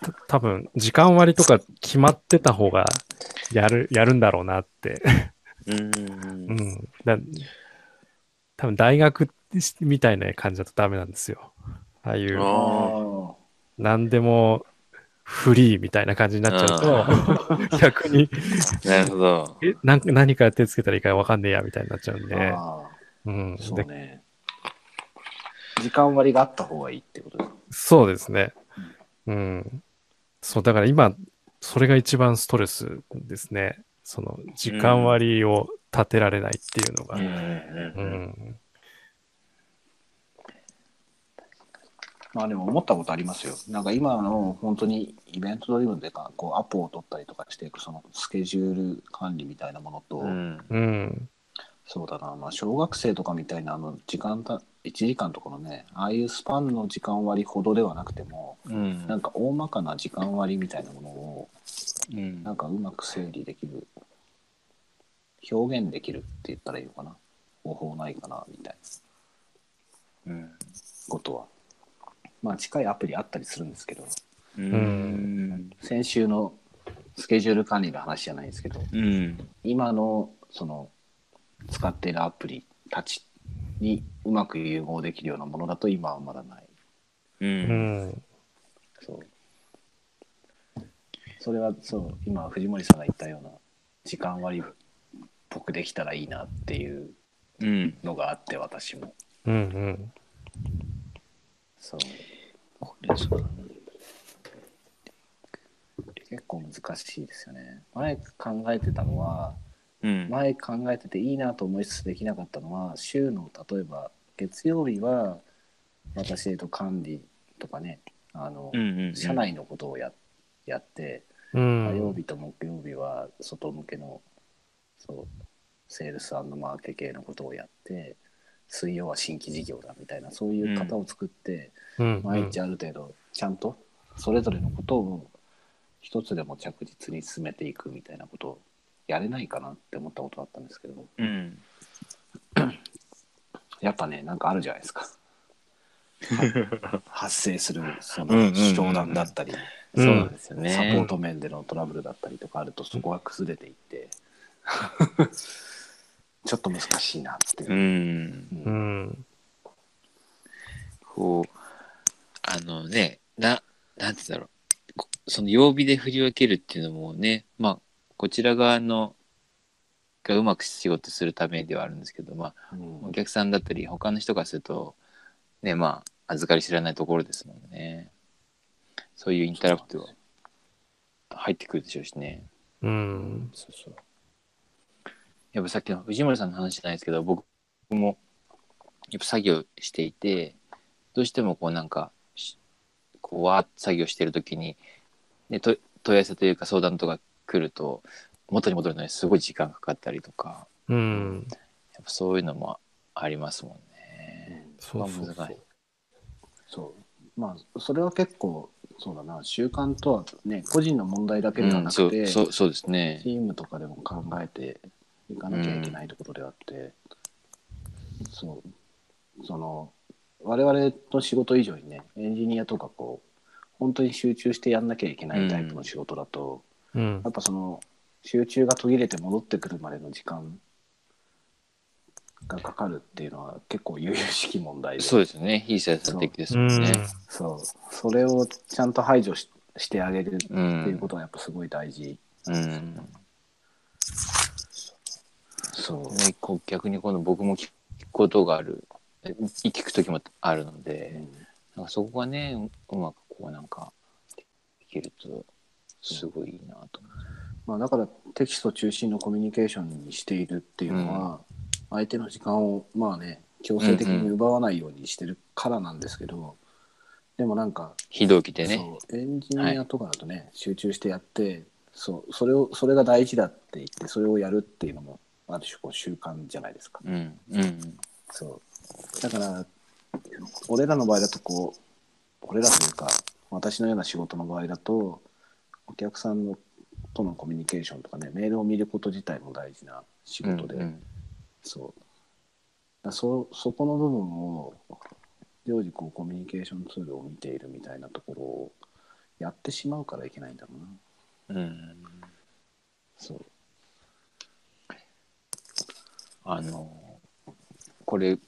[SPEAKER 2] た多分時間割とか決まってた方がやる、やるんだろうなって。
[SPEAKER 3] うん
[SPEAKER 2] う。ん。だ多分大学みたいな感じだとダメなんですよ。ああいう、
[SPEAKER 3] あ
[SPEAKER 1] あ
[SPEAKER 2] 何でもフリーみたいな感じになっちゃうと、 逆に、
[SPEAKER 3] なるほど。
[SPEAKER 2] え、なんか何から手つけたらいいかわかんねえやみたいになっちゃうん
[SPEAKER 1] ー
[SPEAKER 2] で。
[SPEAKER 1] あ
[SPEAKER 2] うん。
[SPEAKER 1] ー
[SPEAKER 2] で
[SPEAKER 1] そうね時間割があった方がいいってことです
[SPEAKER 2] そうですね。うん。そう、だから今、それが一番ストレスですね。その、時間割を立てられないっていうのが。
[SPEAKER 3] うん
[SPEAKER 2] う
[SPEAKER 3] うん
[SPEAKER 2] ん。
[SPEAKER 1] まあでも思ったことありますよなんか今の本当にイベントドリブンでかこうアポを取ったりとかしていくそのスケジュール管理みたいなものと、
[SPEAKER 3] うん。
[SPEAKER 2] うん。
[SPEAKER 1] そうだな、まあ、小学生とかみたいなあの時間た1時間とかのねああいうスパンの時間割ほどではなくても
[SPEAKER 3] うん
[SPEAKER 1] なんか大まかな時間割みたいなものを
[SPEAKER 3] うん
[SPEAKER 1] なんかうまく整理できる表現できるって言ったらいいのかな方法ないかなみたいな
[SPEAKER 3] うん
[SPEAKER 1] ことはまあ近いアプリあったりするんですけど
[SPEAKER 3] うん
[SPEAKER 1] 先週のスケジュール管理の話じゃないですけど
[SPEAKER 3] うん
[SPEAKER 1] 今のその使っているアプリたちにうまく融合できるようなものだと今はまだない
[SPEAKER 3] うんう
[SPEAKER 2] うんん。
[SPEAKER 1] そうそれはそう今藤森さんが言ったような時間割っぽくできたらいいなっていう
[SPEAKER 3] うん
[SPEAKER 1] のがあって私も
[SPEAKER 2] うん。うん。
[SPEAKER 1] そう
[SPEAKER 3] これそうだね
[SPEAKER 1] 結構難しいですよね前考えてたのは
[SPEAKER 3] うん
[SPEAKER 1] 前考えてていいなと思いつつできなかったのは週の例えば月曜日は私えっと管理とかねあの、
[SPEAKER 3] うんうん
[SPEAKER 1] 社内のことをややって
[SPEAKER 2] うん。
[SPEAKER 1] 火曜日と木曜日は外向けのそうセールスマーケ系のことをやって水曜は新規事業だみたいなそういう型を作って、
[SPEAKER 2] うん。
[SPEAKER 1] 毎日ある程度ちゃんとそれぞれのことを一つでも着実に進めていくみたいなことをやれないかなって思ったことがあったんですけど
[SPEAKER 3] うん
[SPEAKER 1] やっぱねなんかあるじゃないですか発生するそ
[SPEAKER 3] うんうんうん
[SPEAKER 1] の商談だったり、
[SPEAKER 2] うん
[SPEAKER 3] そうなんですよね。
[SPEAKER 1] サポート面でのトラブルだったりとかあるとそこが崩れていってちょっと難しいなっていうう、
[SPEAKER 3] ん。
[SPEAKER 1] うん
[SPEAKER 2] うん。
[SPEAKER 3] こう、あのね、な、なんて言うんだろうこ。その曜日で振り分けるっていうのもね、まあ、こちら側の、がうまく仕事するためではあるんですけど、まあ、
[SPEAKER 1] うん
[SPEAKER 3] お客さんだったり、他の人からすると、ね、まあ、預かり知らないところですもんね。そういうインタラクトが入ってくるでしょうしね。
[SPEAKER 2] うん。
[SPEAKER 1] そうそう
[SPEAKER 3] やっぱさっきの藤森さんの話じゃないですけど僕もやっぱ作業していてどうしてもこうなんかしこうわーっと作業してる時にでと問い合わせというか相談とか来ると元に戻るのにすごい時間かかったりとか
[SPEAKER 2] うん。
[SPEAKER 3] やっぱそういうのもありますもんね。
[SPEAKER 2] そうそう
[SPEAKER 3] まあ難しい
[SPEAKER 1] そうまあそれは結構そうだな習慣とはね個人の問題だけでは
[SPEAKER 3] うん、
[SPEAKER 1] な
[SPEAKER 3] そ
[SPEAKER 1] く
[SPEAKER 3] う
[SPEAKER 1] て、
[SPEAKER 3] そうそうですね
[SPEAKER 1] チ。ームとかでも考えていかなきゃいけないところであって、そうその我々の仕事以上にねエンジニアとかこう本当に集中してやんなきゃいけないタイプの仕事だと、
[SPEAKER 2] うん
[SPEAKER 1] やっぱその集中が途切れて戻ってくるまでの時間がかかるっていうのは結構悠々しき問題で
[SPEAKER 3] そうですね。非生産的です
[SPEAKER 2] う
[SPEAKER 3] もん
[SPEAKER 2] ん
[SPEAKER 3] ね。
[SPEAKER 1] そうそれをちゃんと排除ししてあげるって
[SPEAKER 3] う
[SPEAKER 1] いうんこ。とはやっぱすごい大事、
[SPEAKER 3] うん。
[SPEAKER 1] そう
[SPEAKER 3] ね、こう逆に今度僕も聞くことがある。え聞く時もあるので。なんかそこがね、ううまくこうなんか、できると、すごいいいなと思
[SPEAKER 1] まあ、だからテキスト中心のコミュニケーションにしているっていうのは、相手の時間をまあね強制的に奪わないようにしてるからなんですけど、でもなんか、
[SPEAKER 3] う。非同期でね。
[SPEAKER 1] そうエンジニアとかだとね、集中してやってそうそれをそれが大事だって言ってそれをやるっていうのもある種こう習慣じゃないですか。
[SPEAKER 3] うん。うん。
[SPEAKER 1] そうだから俺らの場合だとこう俺らというか私のような仕事の場合だとお客さんのとのコミュニケーションとかねメールを見ること自体も大事な仕事で、
[SPEAKER 3] うん
[SPEAKER 1] そうだからそそこの部分を常時こうコミュニケーションツールを見ているみたいなところをやってしまうからいけないんだろうな
[SPEAKER 3] うん。うん。
[SPEAKER 1] そう
[SPEAKER 3] あの、これ、うん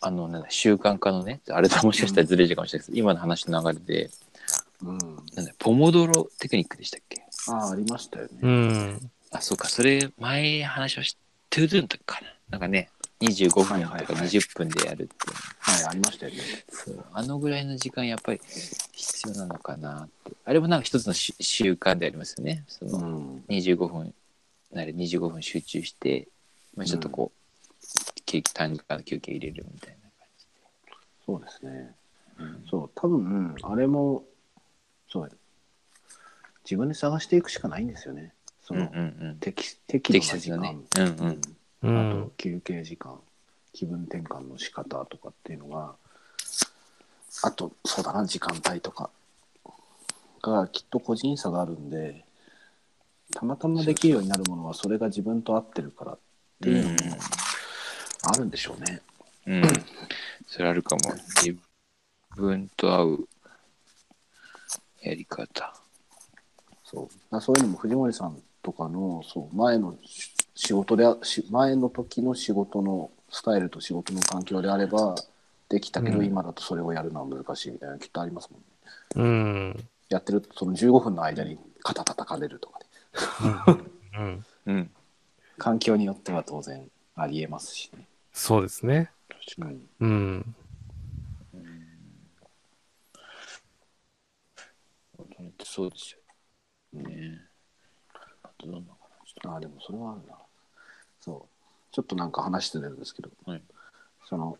[SPEAKER 3] あの、なんだ、習慣化のね、あれともしかしたらずれちゃうかもしれないですけど、今の話の流れで、
[SPEAKER 1] うん
[SPEAKER 3] なんだ、ポモドロテクニックでしたっけ
[SPEAKER 1] ああありましたよね、
[SPEAKER 2] うん。
[SPEAKER 3] あ、そうか、それ、前話をし、トゥードゥンとかかな。なんかね、25分
[SPEAKER 1] はいは
[SPEAKER 3] とか
[SPEAKER 1] いはい
[SPEAKER 3] 20分でやるっていう
[SPEAKER 1] はいありましたよね
[SPEAKER 3] そうあのぐらいの時間やっぱり必要なのかなってあれもなんか一つのし習慣でありますよねそうの
[SPEAKER 1] ん
[SPEAKER 3] 25分なり25分集中して、まあ、ちょっとこう、休憩短時間の休憩入れるみたい
[SPEAKER 1] そうですね
[SPEAKER 3] な感じ
[SPEAKER 1] そう、多分、あれも、そう、自分で探していくしかないんですよね。そ
[SPEAKER 3] うんう
[SPEAKER 1] の、
[SPEAKER 3] んうん
[SPEAKER 1] 適適度
[SPEAKER 3] 適
[SPEAKER 1] な時
[SPEAKER 3] 切な
[SPEAKER 1] 間、
[SPEAKER 3] ねうんうん
[SPEAKER 2] う
[SPEAKER 1] うんあと
[SPEAKER 2] ん。
[SPEAKER 1] 休憩時間、気分転換の仕方とかっていうのが、あと、そうだな、時間帯とかがきっと個人差があるんで、たまたまできるようになるものは、それが自分と合ってるからっていうのもあるんでしょうね。
[SPEAKER 3] うん、それあるかも自分と合うやり方
[SPEAKER 1] そうまあそういうのも藤森さんとかのそう前のし仕事であし前の時の仕事のスタイルと仕事の環境であればできたけど、
[SPEAKER 2] うん
[SPEAKER 1] 今だとそれをやるのは難しいみたいなのきっとありますもんね。
[SPEAKER 2] うん。
[SPEAKER 1] やってるとその15分の間に肩叩かれるとかね
[SPEAKER 2] うん。
[SPEAKER 3] うん
[SPEAKER 1] 環境によっては当然ありえますしね。
[SPEAKER 2] そうですね。
[SPEAKER 1] うん
[SPEAKER 2] うん。
[SPEAKER 3] そうですよねあとどんなかなちょっ
[SPEAKER 1] ああでもそれはあるな。そうちょっとなんか話してるんですけど、
[SPEAKER 3] とはい
[SPEAKER 1] その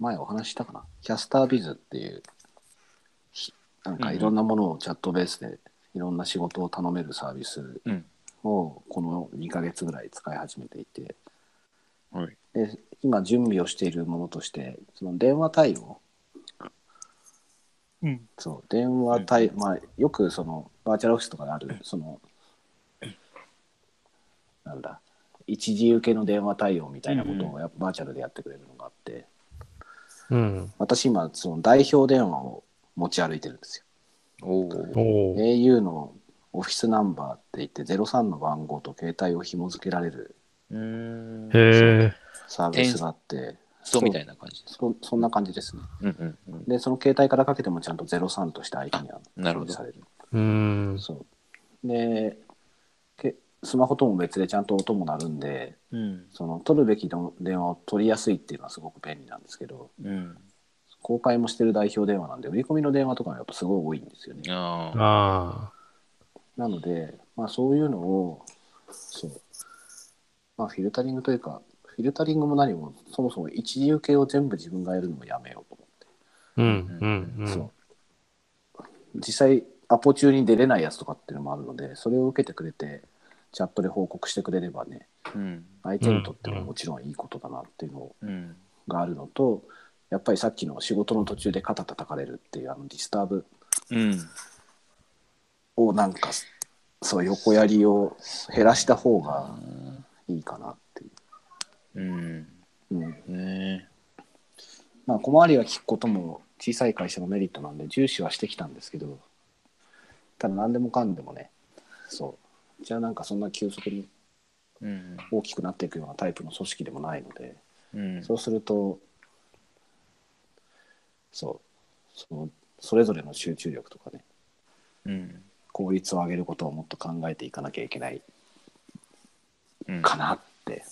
[SPEAKER 1] 前お話ししたかなキャスタービズっていうひなんかいろんなものをチャットベースでいろんな仕事を頼めるサービス
[SPEAKER 3] うん
[SPEAKER 1] をこの2ヶ月ぐらい使い始めていて
[SPEAKER 3] はい。
[SPEAKER 1] で今準備をしているものとしてその電話対応
[SPEAKER 3] うん。
[SPEAKER 1] そう電話対、まあよくそのバーチャルオフィスとかであるそのなんだ一時受けの電話対応みたいなことをやっぱバーチャルでやってくれるのがあって
[SPEAKER 2] うん。
[SPEAKER 1] 私今、その代表電話を持ち歩いてるんですよ。
[SPEAKER 3] お
[SPEAKER 2] お
[SPEAKER 3] お。
[SPEAKER 2] お。
[SPEAKER 1] au のオフィスナンバーって言って03の番号と携帯を紐付けられる
[SPEAKER 3] うーん。
[SPEAKER 2] へえ。
[SPEAKER 1] サービスがあって
[SPEAKER 3] そうみたいな感じです。
[SPEAKER 1] そそんな感じですね
[SPEAKER 3] うんうんうん。
[SPEAKER 1] でその携帯からかけてもちゃんと03として相手には
[SPEAKER 3] なるほど
[SPEAKER 1] される
[SPEAKER 2] うん。
[SPEAKER 1] そうでけスマホとも別でちゃんと音も鳴るんで
[SPEAKER 3] うん。
[SPEAKER 1] その取るべきの電話を取りやすいっていうのはすごく便利なんですけど
[SPEAKER 3] うん。
[SPEAKER 1] 公開もしてる代表電話なんで売り込みの電話とかがやっぱすごい多いんですよね
[SPEAKER 3] ああ。
[SPEAKER 2] あ
[SPEAKER 1] なので、まあ、そういうのを、そう、まあ、フィルタリングというか、フィルタリングも何も、そもそも一時受けを全部自分がやるのもやめようと思って、
[SPEAKER 2] あ。うんうんうん。
[SPEAKER 1] そう。実際、アポ中に出れないやつとかっていうのもあるので、それを受けてくれて、チャットで報告してくれればね、
[SPEAKER 3] うん。
[SPEAKER 1] 相手にとってももちろんいいことだなっていうの
[SPEAKER 3] うん。
[SPEAKER 1] があるのと、やっぱりさっきの仕事の途中で肩叩かれるっていう、あのディスターブ
[SPEAKER 3] うん。
[SPEAKER 1] をなんか、そう、横やりを減らした方がいいかなっていう。
[SPEAKER 3] うん。
[SPEAKER 1] うん
[SPEAKER 3] ね
[SPEAKER 1] まあ、小回りが利くことも小さい会社のメリットなんで重視はしてきたんですけどただ何でもかんでもねそうじゃあなんかそんな急速に
[SPEAKER 3] え。うん。
[SPEAKER 1] 大きくなっていくようなタイプの組織でもないので
[SPEAKER 3] うん。
[SPEAKER 1] そうするとそうそのそれぞれの集中力とかね
[SPEAKER 3] うん。
[SPEAKER 1] 効率を上げることをもっと考えていかなきゃいけない
[SPEAKER 3] うん。
[SPEAKER 1] かなって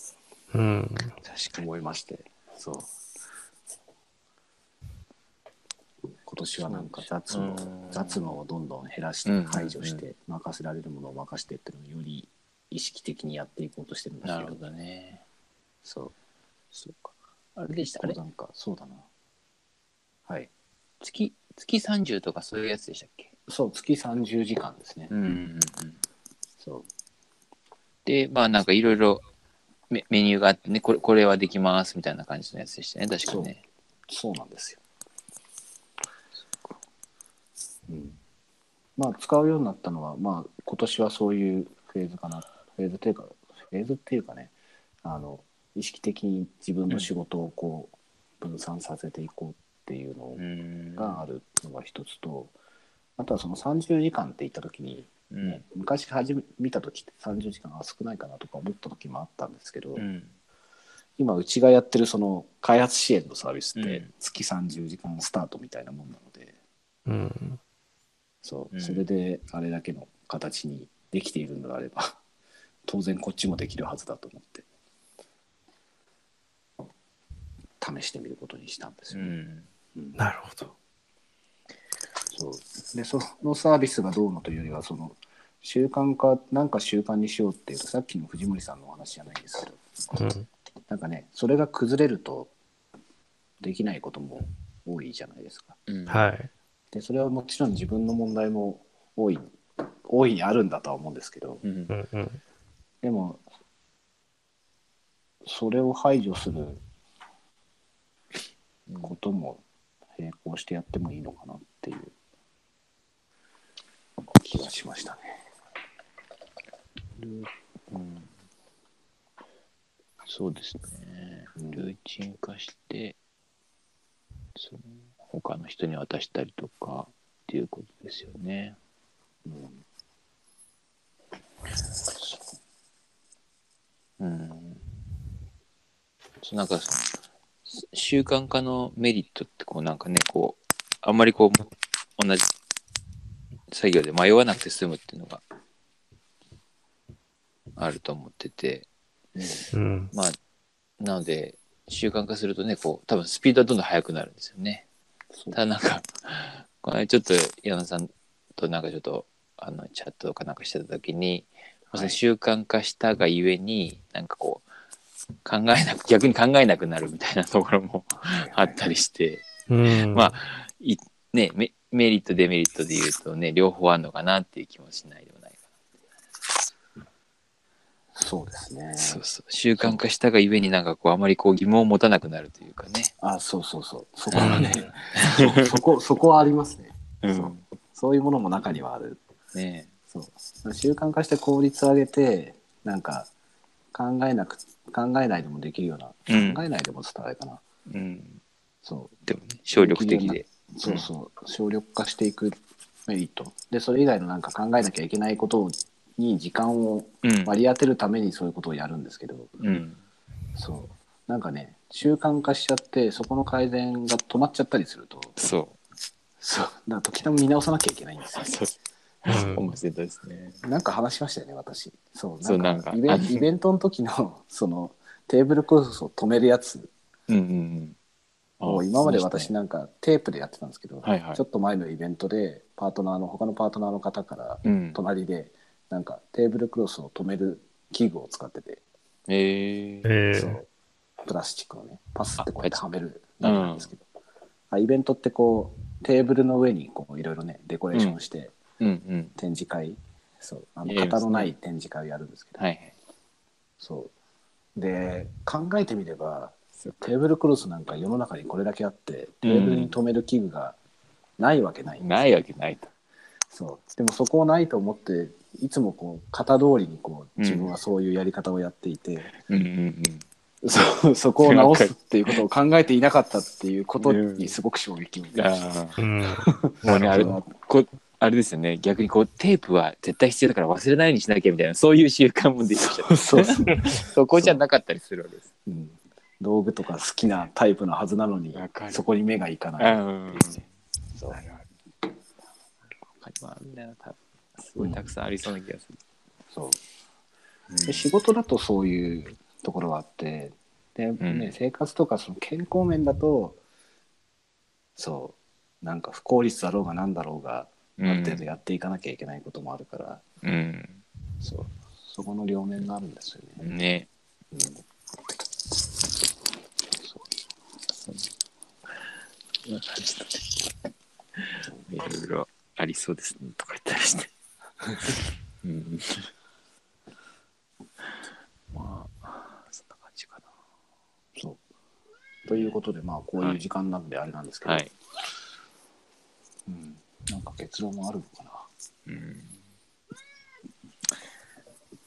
[SPEAKER 2] うん。
[SPEAKER 3] 確かに。
[SPEAKER 1] 思いましてそう今年はなんか雑務
[SPEAKER 3] うん
[SPEAKER 1] を雑務をどんどん減らし
[SPEAKER 3] うんうん
[SPEAKER 1] て
[SPEAKER 3] うん
[SPEAKER 1] 解除して任せられるものを任せてっていうのをより意識的にやっていこうとしてるんです
[SPEAKER 3] な
[SPEAKER 1] け
[SPEAKER 3] るほ
[SPEAKER 1] ど
[SPEAKER 3] どね。
[SPEAKER 1] そうそうか
[SPEAKER 3] あれでした
[SPEAKER 1] こ
[SPEAKER 3] ね
[SPEAKER 1] う。なんかそうだなはい
[SPEAKER 3] 月、月30とかそういうやつでしたっけ
[SPEAKER 1] そう月30時間ですね
[SPEAKER 3] うんうんうん。
[SPEAKER 1] そう
[SPEAKER 3] で、まあなんかいろいろメメニューがあってね、これこれはできますみたいな感じのやつでしたね、確かにね。
[SPEAKER 1] そうなんですようんまあ使うようになったのはまあ今年はそういうフェーズかなフェーズっていうかフェーズっていうかねあの意識的に自分の仕事をこう分散させていこうっていうの
[SPEAKER 3] うーん。
[SPEAKER 1] があるのが一つとあとはその30時間って言った時に、
[SPEAKER 3] う
[SPEAKER 1] ね
[SPEAKER 3] ん。
[SPEAKER 1] 昔初め見た時って30時間は少ないかなとか思った時もあったんですけど、
[SPEAKER 3] うん。
[SPEAKER 1] 今うちがやってるその開発支援のサービスっ
[SPEAKER 3] う
[SPEAKER 1] て
[SPEAKER 3] ん
[SPEAKER 1] 月30時間スタートみたいなもんなので、
[SPEAKER 2] うん。
[SPEAKER 1] そううんそれであれだけの形にできているのであれば 当然こっちもできるはずだと思って試してみることにしたんです
[SPEAKER 3] う
[SPEAKER 1] よね。
[SPEAKER 3] ん。
[SPEAKER 1] うん
[SPEAKER 2] なるほど。
[SPEAKER 1] そうでそのサービスがどうのというよりはその習慣化なんか習慣にしようっていうかさっきの藤森さんのお話じゃないんですけど
[SPEAKER 2] うん。
[SPEAKER 1] なんかねそれが崩れるとできないことも多いじゃないですか。
[SPEAKER 3] うん、
[SPEAKER 2] はい。
[SPEAKER 1] でそれはもちろん自分の問題も多い大いにあるんだとは思うんですけど
[SPEAKER 3] うん
[SPEAKER 2] う。んうん。
[SPEAKER 1] でもそれを排除することも並行してやってもいいのかなっていう気がしましたね。
[SPEAKER 3] うんそうですね。
[SPEAKER 1] うん
[SPEAKER 3] ルーチン化して、その他の人に渡したりとかっていうことですよね。
[SPEAKER 1] うん
[SPEAKER 3] うん。そうなんかその習慣化のメリットってこうなんかねこうあんまりこう同じ作業で迷わなくて済むっていうのがあると思ってて
[SPEAKER 2] うん。
[SPEAKER 3] まあなので習慣化するとねこう多分スピードはどんどん速くなるんですよね。
[SPEAKER 1] そう
[SPEAKER 3] ただなんか この間ちょっと矢野さんとなんかちょっとあのチャットとかなんかしてた時に、まあその習慣化したがゆえになんかこう考えなく逆に考えなくなるみたいなところもあったりして
[SPEAKER 2] うん。
[SPEAKER 3] まあいねメメリットデメリットで言うとね両方あるのかなっていう気もしないでもないか
[SPEAKER 1] そうですね
[SPEAKER 3] な、。そうそう習慣化したがゆえになんかこうあまりこう疑問を持たなくなるというかね、
[SPEAKER 1] あそうそうそうそこはねそうそこそこはありますね。
[SPEAKER 3] うん、
[SPEAKER 1] そういうものも中にはある。
[SPEAKER 3] ね
[SPEAKER 1] そう習慣化して効率を上げてなんか考えなく考えないでもできるような、
[SPEAKER 3] うん
[SPEAKER 1] 考えないでも伝わるかな
[SPEAKER 3] うん
[SPEAKER 1] そ
[SPEAKER 3] でもね、省力的で。
[SPEAKER 1] うそうそう省力化していくメリットでそれ以外のなんか考えなきゃいけないことに時間を
[SPEAKER 3] うん。
[SPEAKER 1] 割り当てるためにそういうことをやるんですけど、
[SPEAKER 3] うん。
[SPEAKER 1] そうなんかね習慣化しちゃってそこの改善が止まっちゃったりすると
[SPEAKER 3] そ
[SPEAKER 1] そうなんか時たま見直さなきゃいけないんですよ
[SPEAKER 3] う。
[SPEAKER 2] う
[SPEAKER 3] そう。
[SPEAKER 2] ん
[SPEAKER 3] 面白いですね。
[SPEAKER 1] なんか話しましたよね、私。そう、
[SPEAKER 3] そう
[SPEAKER 1] なんか
[SPEAKER 3] なんか
[SPEAKER 1] イベ
[SPEAKER 3] あ
[SPEAKER 1] ンイベントの時の、その、テーブルクロスを止めるやつ
[SPEAKER 3] うんうんうん。
[SPEAKER 1] を、
[SPEAKER 3] あ
[SPEAKER 1] 今まで
[SPEAKER 3] そうし
[SPEAKER 1] 私
[SPEAKER 3] たね
[SPEAKER 1] なんかテープでやってたんですけど、
[SPEAKER 3] はいはい
[SPEAKER 1] ちょっと前のイベントで、パートナーの、他のパートナーの方から、
[SPEAKER 3] うん。
[SPEAKER 1] 隣で、なんかテーブルクロスを止める器具を使ってて、
[SPEAKER 3] えー。
[SPEAKER 2] え
[SPEAKER 1] そ
[SPEAKER 2] ー
[SPEAKER 1] う、プラスチックのね、パスってこうやってはめる
[SPEAKER 3] あ
[SPEAKER 1] なんですけど、あイベントってこう、テーブルの上にこう、いろいろね、デコレーションして、
[SPEAKER 3] うんうん。
[SPEAKER 1] 展示会、そう、あの、
[SPEAKER 3] いいですね
[SPEAKER 1] 型のない展示会をやるんですけど、
[SPEAKER 3] はい。
[SPEAKER 1] そう。で、考えてみれば、
[SPEAKER 3] そう
[SPEAKER 1] テーブルクロスなんか世の中にこれだけあって、テーブルに止める器具がないわけない。
[SPEAKER 3] ないわけないと。
[SPEAKER 1] そう。でもそこをないと思って、いつもこう、型通りにこう、自分はそういうやり方をやっていて、
[SPEAKER 3] うんうんうん。
[SPEAKER 1] そうそこを直すっていうことを考えていなかったっていうことにすごく衝撃を受けました。
[SPEAKER 3] ああ。
[SPEAKER 2] うん。
[SPEAKER 3] もうね、あ
[SPEAKER 1] なる
[SPEAKER 3] れ
[SPEAKER 1] ほど、
[SPEAKER 3] こあれですよね。逆にこう、テープは絶対必要だから忘れないようにしなきゃみたいな、そういう習慣もできちゃう。
[SPEAKER 1] そうそう、
[SPEAKER 3] そこじゃなかったりするわけです。
[SPEAKER 1] うん。道具とか好きなタイプのはずなのに
[SPEAKER 3] わか、る
[SPEAKER 1] そこに目がいか
[SPEAKER 3] う
[SPEAKER 1] ない。
[SPEAKER 3] ん。
[SPEAKER 1] そう
[SPEAKER 3] 他にもあるんだよな、多分。すごいたくさんありそうな気がする。
[SPEAKER 1] そう
[SPEAKER 3] う
[SPEAKER 1] で
[SPEAKER 3] ん
[SPEAKER 1] 仕事だとそういうところがあってで、ね
[SPEAKER 3] うん
[SPEAKER 1] 生活とかその健康面だとそうなんか不効率だろうがなんだろうがある程度やっていかなきゃいけないこともあるから、
[SPEAKER 3] うん。
[SPEAKER 1] そうそこの両面があるんですよね。
[SPEAKER 3] ね。
[SPEAKER 1] うんそう
[SPEAKER 3] いろいろありそうですねとか言ったり して。うん。まあ、そんな感じか
[SPEAKER 1] そうということでまあこういう時間なんであれなんですけど、
[SPEAKER 3] な。はい。
[SPEAKER 1] うん、なんか結論もあるのかな。
[SPEAKER 3] うん。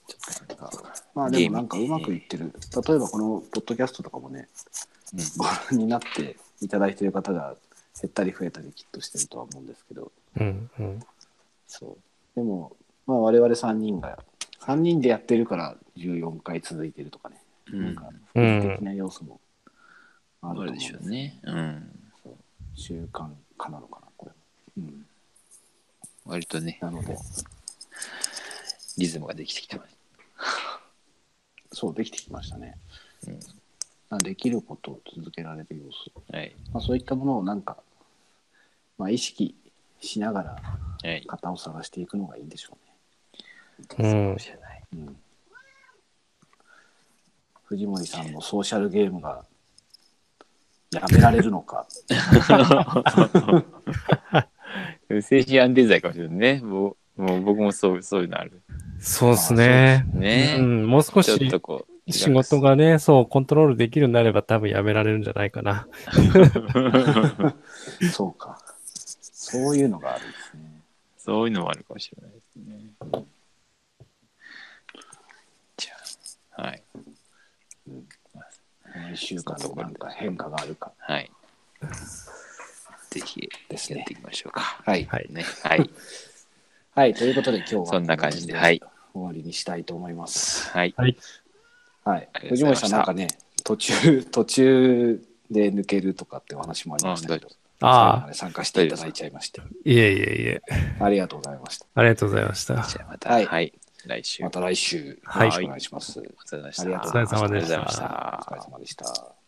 [SPEAKER 3] ちょっとなんか、
[SPEAKER 1] まあでもなんかうまくいってる。例えばこのポッドキャストとかもね、
[SPEAKER 3] うん
[SPEAKER 1] ご覧になっていただいている方が減ったり増えたりきっとしてるとは思うんですけど、
[SPEAKER 2] うん。うん。
[SPEAKER 1] そう。でも、まあ我々3人が、3人でやってるから14回続いてるとかね、
[SPEAKER 3] うん
[SPEAKER 1] なんか複利的な要素もあると
[SPEAKER 3] あ
[SPEAKER 1] 思う
[SPEAKER 3] る
[SPEAKER 1] ん
[SPEAKER 3] で
[SPEAKER 1] です
[SPEAKER 3] しょ
[SPEAKER 1] よ
[SPEAKER 3] うね。うん。
[SPEAKER 1] そう習慣化なのかな、これも。うん、
[SPEAKER 3] 割とね、
[SPEAKER 1] なので、
[SPEAKER 3] リズムができてきてます。
[SPEAKER 1] そう、できてきましたね。
[SPEAKER 3] うん
[SPEAKER 1] まあできることを続けられる要素。
[SPEAKER 3] はい。
[SPEAKER 1] まあ、そういったものをなんか、まあ、意識しながら
[SPEAKER 3] はい。
[SPEAKER 1] 型を探していくのがいいんでしょ
[SPEAKER 2] うん。
[SPEAKER 3] れない。
[SPEAKER 1] うね。うん、藤森さんのソーシャルゲームがやめられるの か。
[SPEAKER 3] 精神安定剤かもしれないね。もうもう僕もそうそういうのある。
[SPEAKER 2] そうですね。
[SPEAKER 3] ね。
[SPEAKER 2] うん。もう少
[SPEAKER 3] ちょっと
[SPEAKER 2] し
[SPEAKER 3] こう。
[SPEAKER 2] 仕事がね、そう、コントロールできるようになれば多分やめられるんじゃないかな。
[SPEAKER 1] そうか。そういうのがあるんですね。
[SPEAKER 3] そういうのもあるかもしれないですね。じゃあ、はい。
[SPEAKER 1] うんこの1週間のなんか変化があるか。
[SPEAKER 3] はい。ぜひ、
[SPEAKER 1] ですね
[SPEAKER 3] やっていきましょうか。
[SPEAKER 1] はい。
[SPEAKER 2] はい。
[SPEAKER 3] ね、はい。
[SPEAKER 1] はい。ということで今日は
[SPEAKER 3] そんな感じではい
[SPEAKER 1] 終わりにしたいと思います。
[SPEAKER 3] はい。
[SPEAKER 2] はい。
[SPEAKER 1] はい
[SPEAKER 3] あ。りがと
[SPEAKER 1] 藤
[SPEAKER 3] うご
[SPEAKER 1] 森さ
[SPEAKER 3] ざいました
[SPEAKER 1] んなんかね、途中、 途中で抜けるとかってお話もありましたけど、最後ま
[SPEAKER 2] ああ、
[SPEAKER 1] で参加していただいちゃいまして、
[SPEAKER 2] いえいえいえ。
[SPEAKER 1] ありがとうございました。
[SPEAKER 2] ありがとうございました。
[SPEAKER 3] じゃあ、また、
[SPEAKER 1] は
[SPEAKER 3] はいい、来週。
[SPEAKER 1] また来週、よ
[SPEAKER 2] はい
[SPEAKER 1] ろしくお願いします。
[SPEAKER 3] お疲れ様でし
[SPEAKER 1] あ
[SPEAKER 3] た。
[SPEAKER 1] りがとう
[SPEAKER 2] ございました
[SPEAKER 3] ありがとうございま
[SPEAKER 1] お
[SPEAKER 3] した
[SPEAKER 1] 疲れ様でした。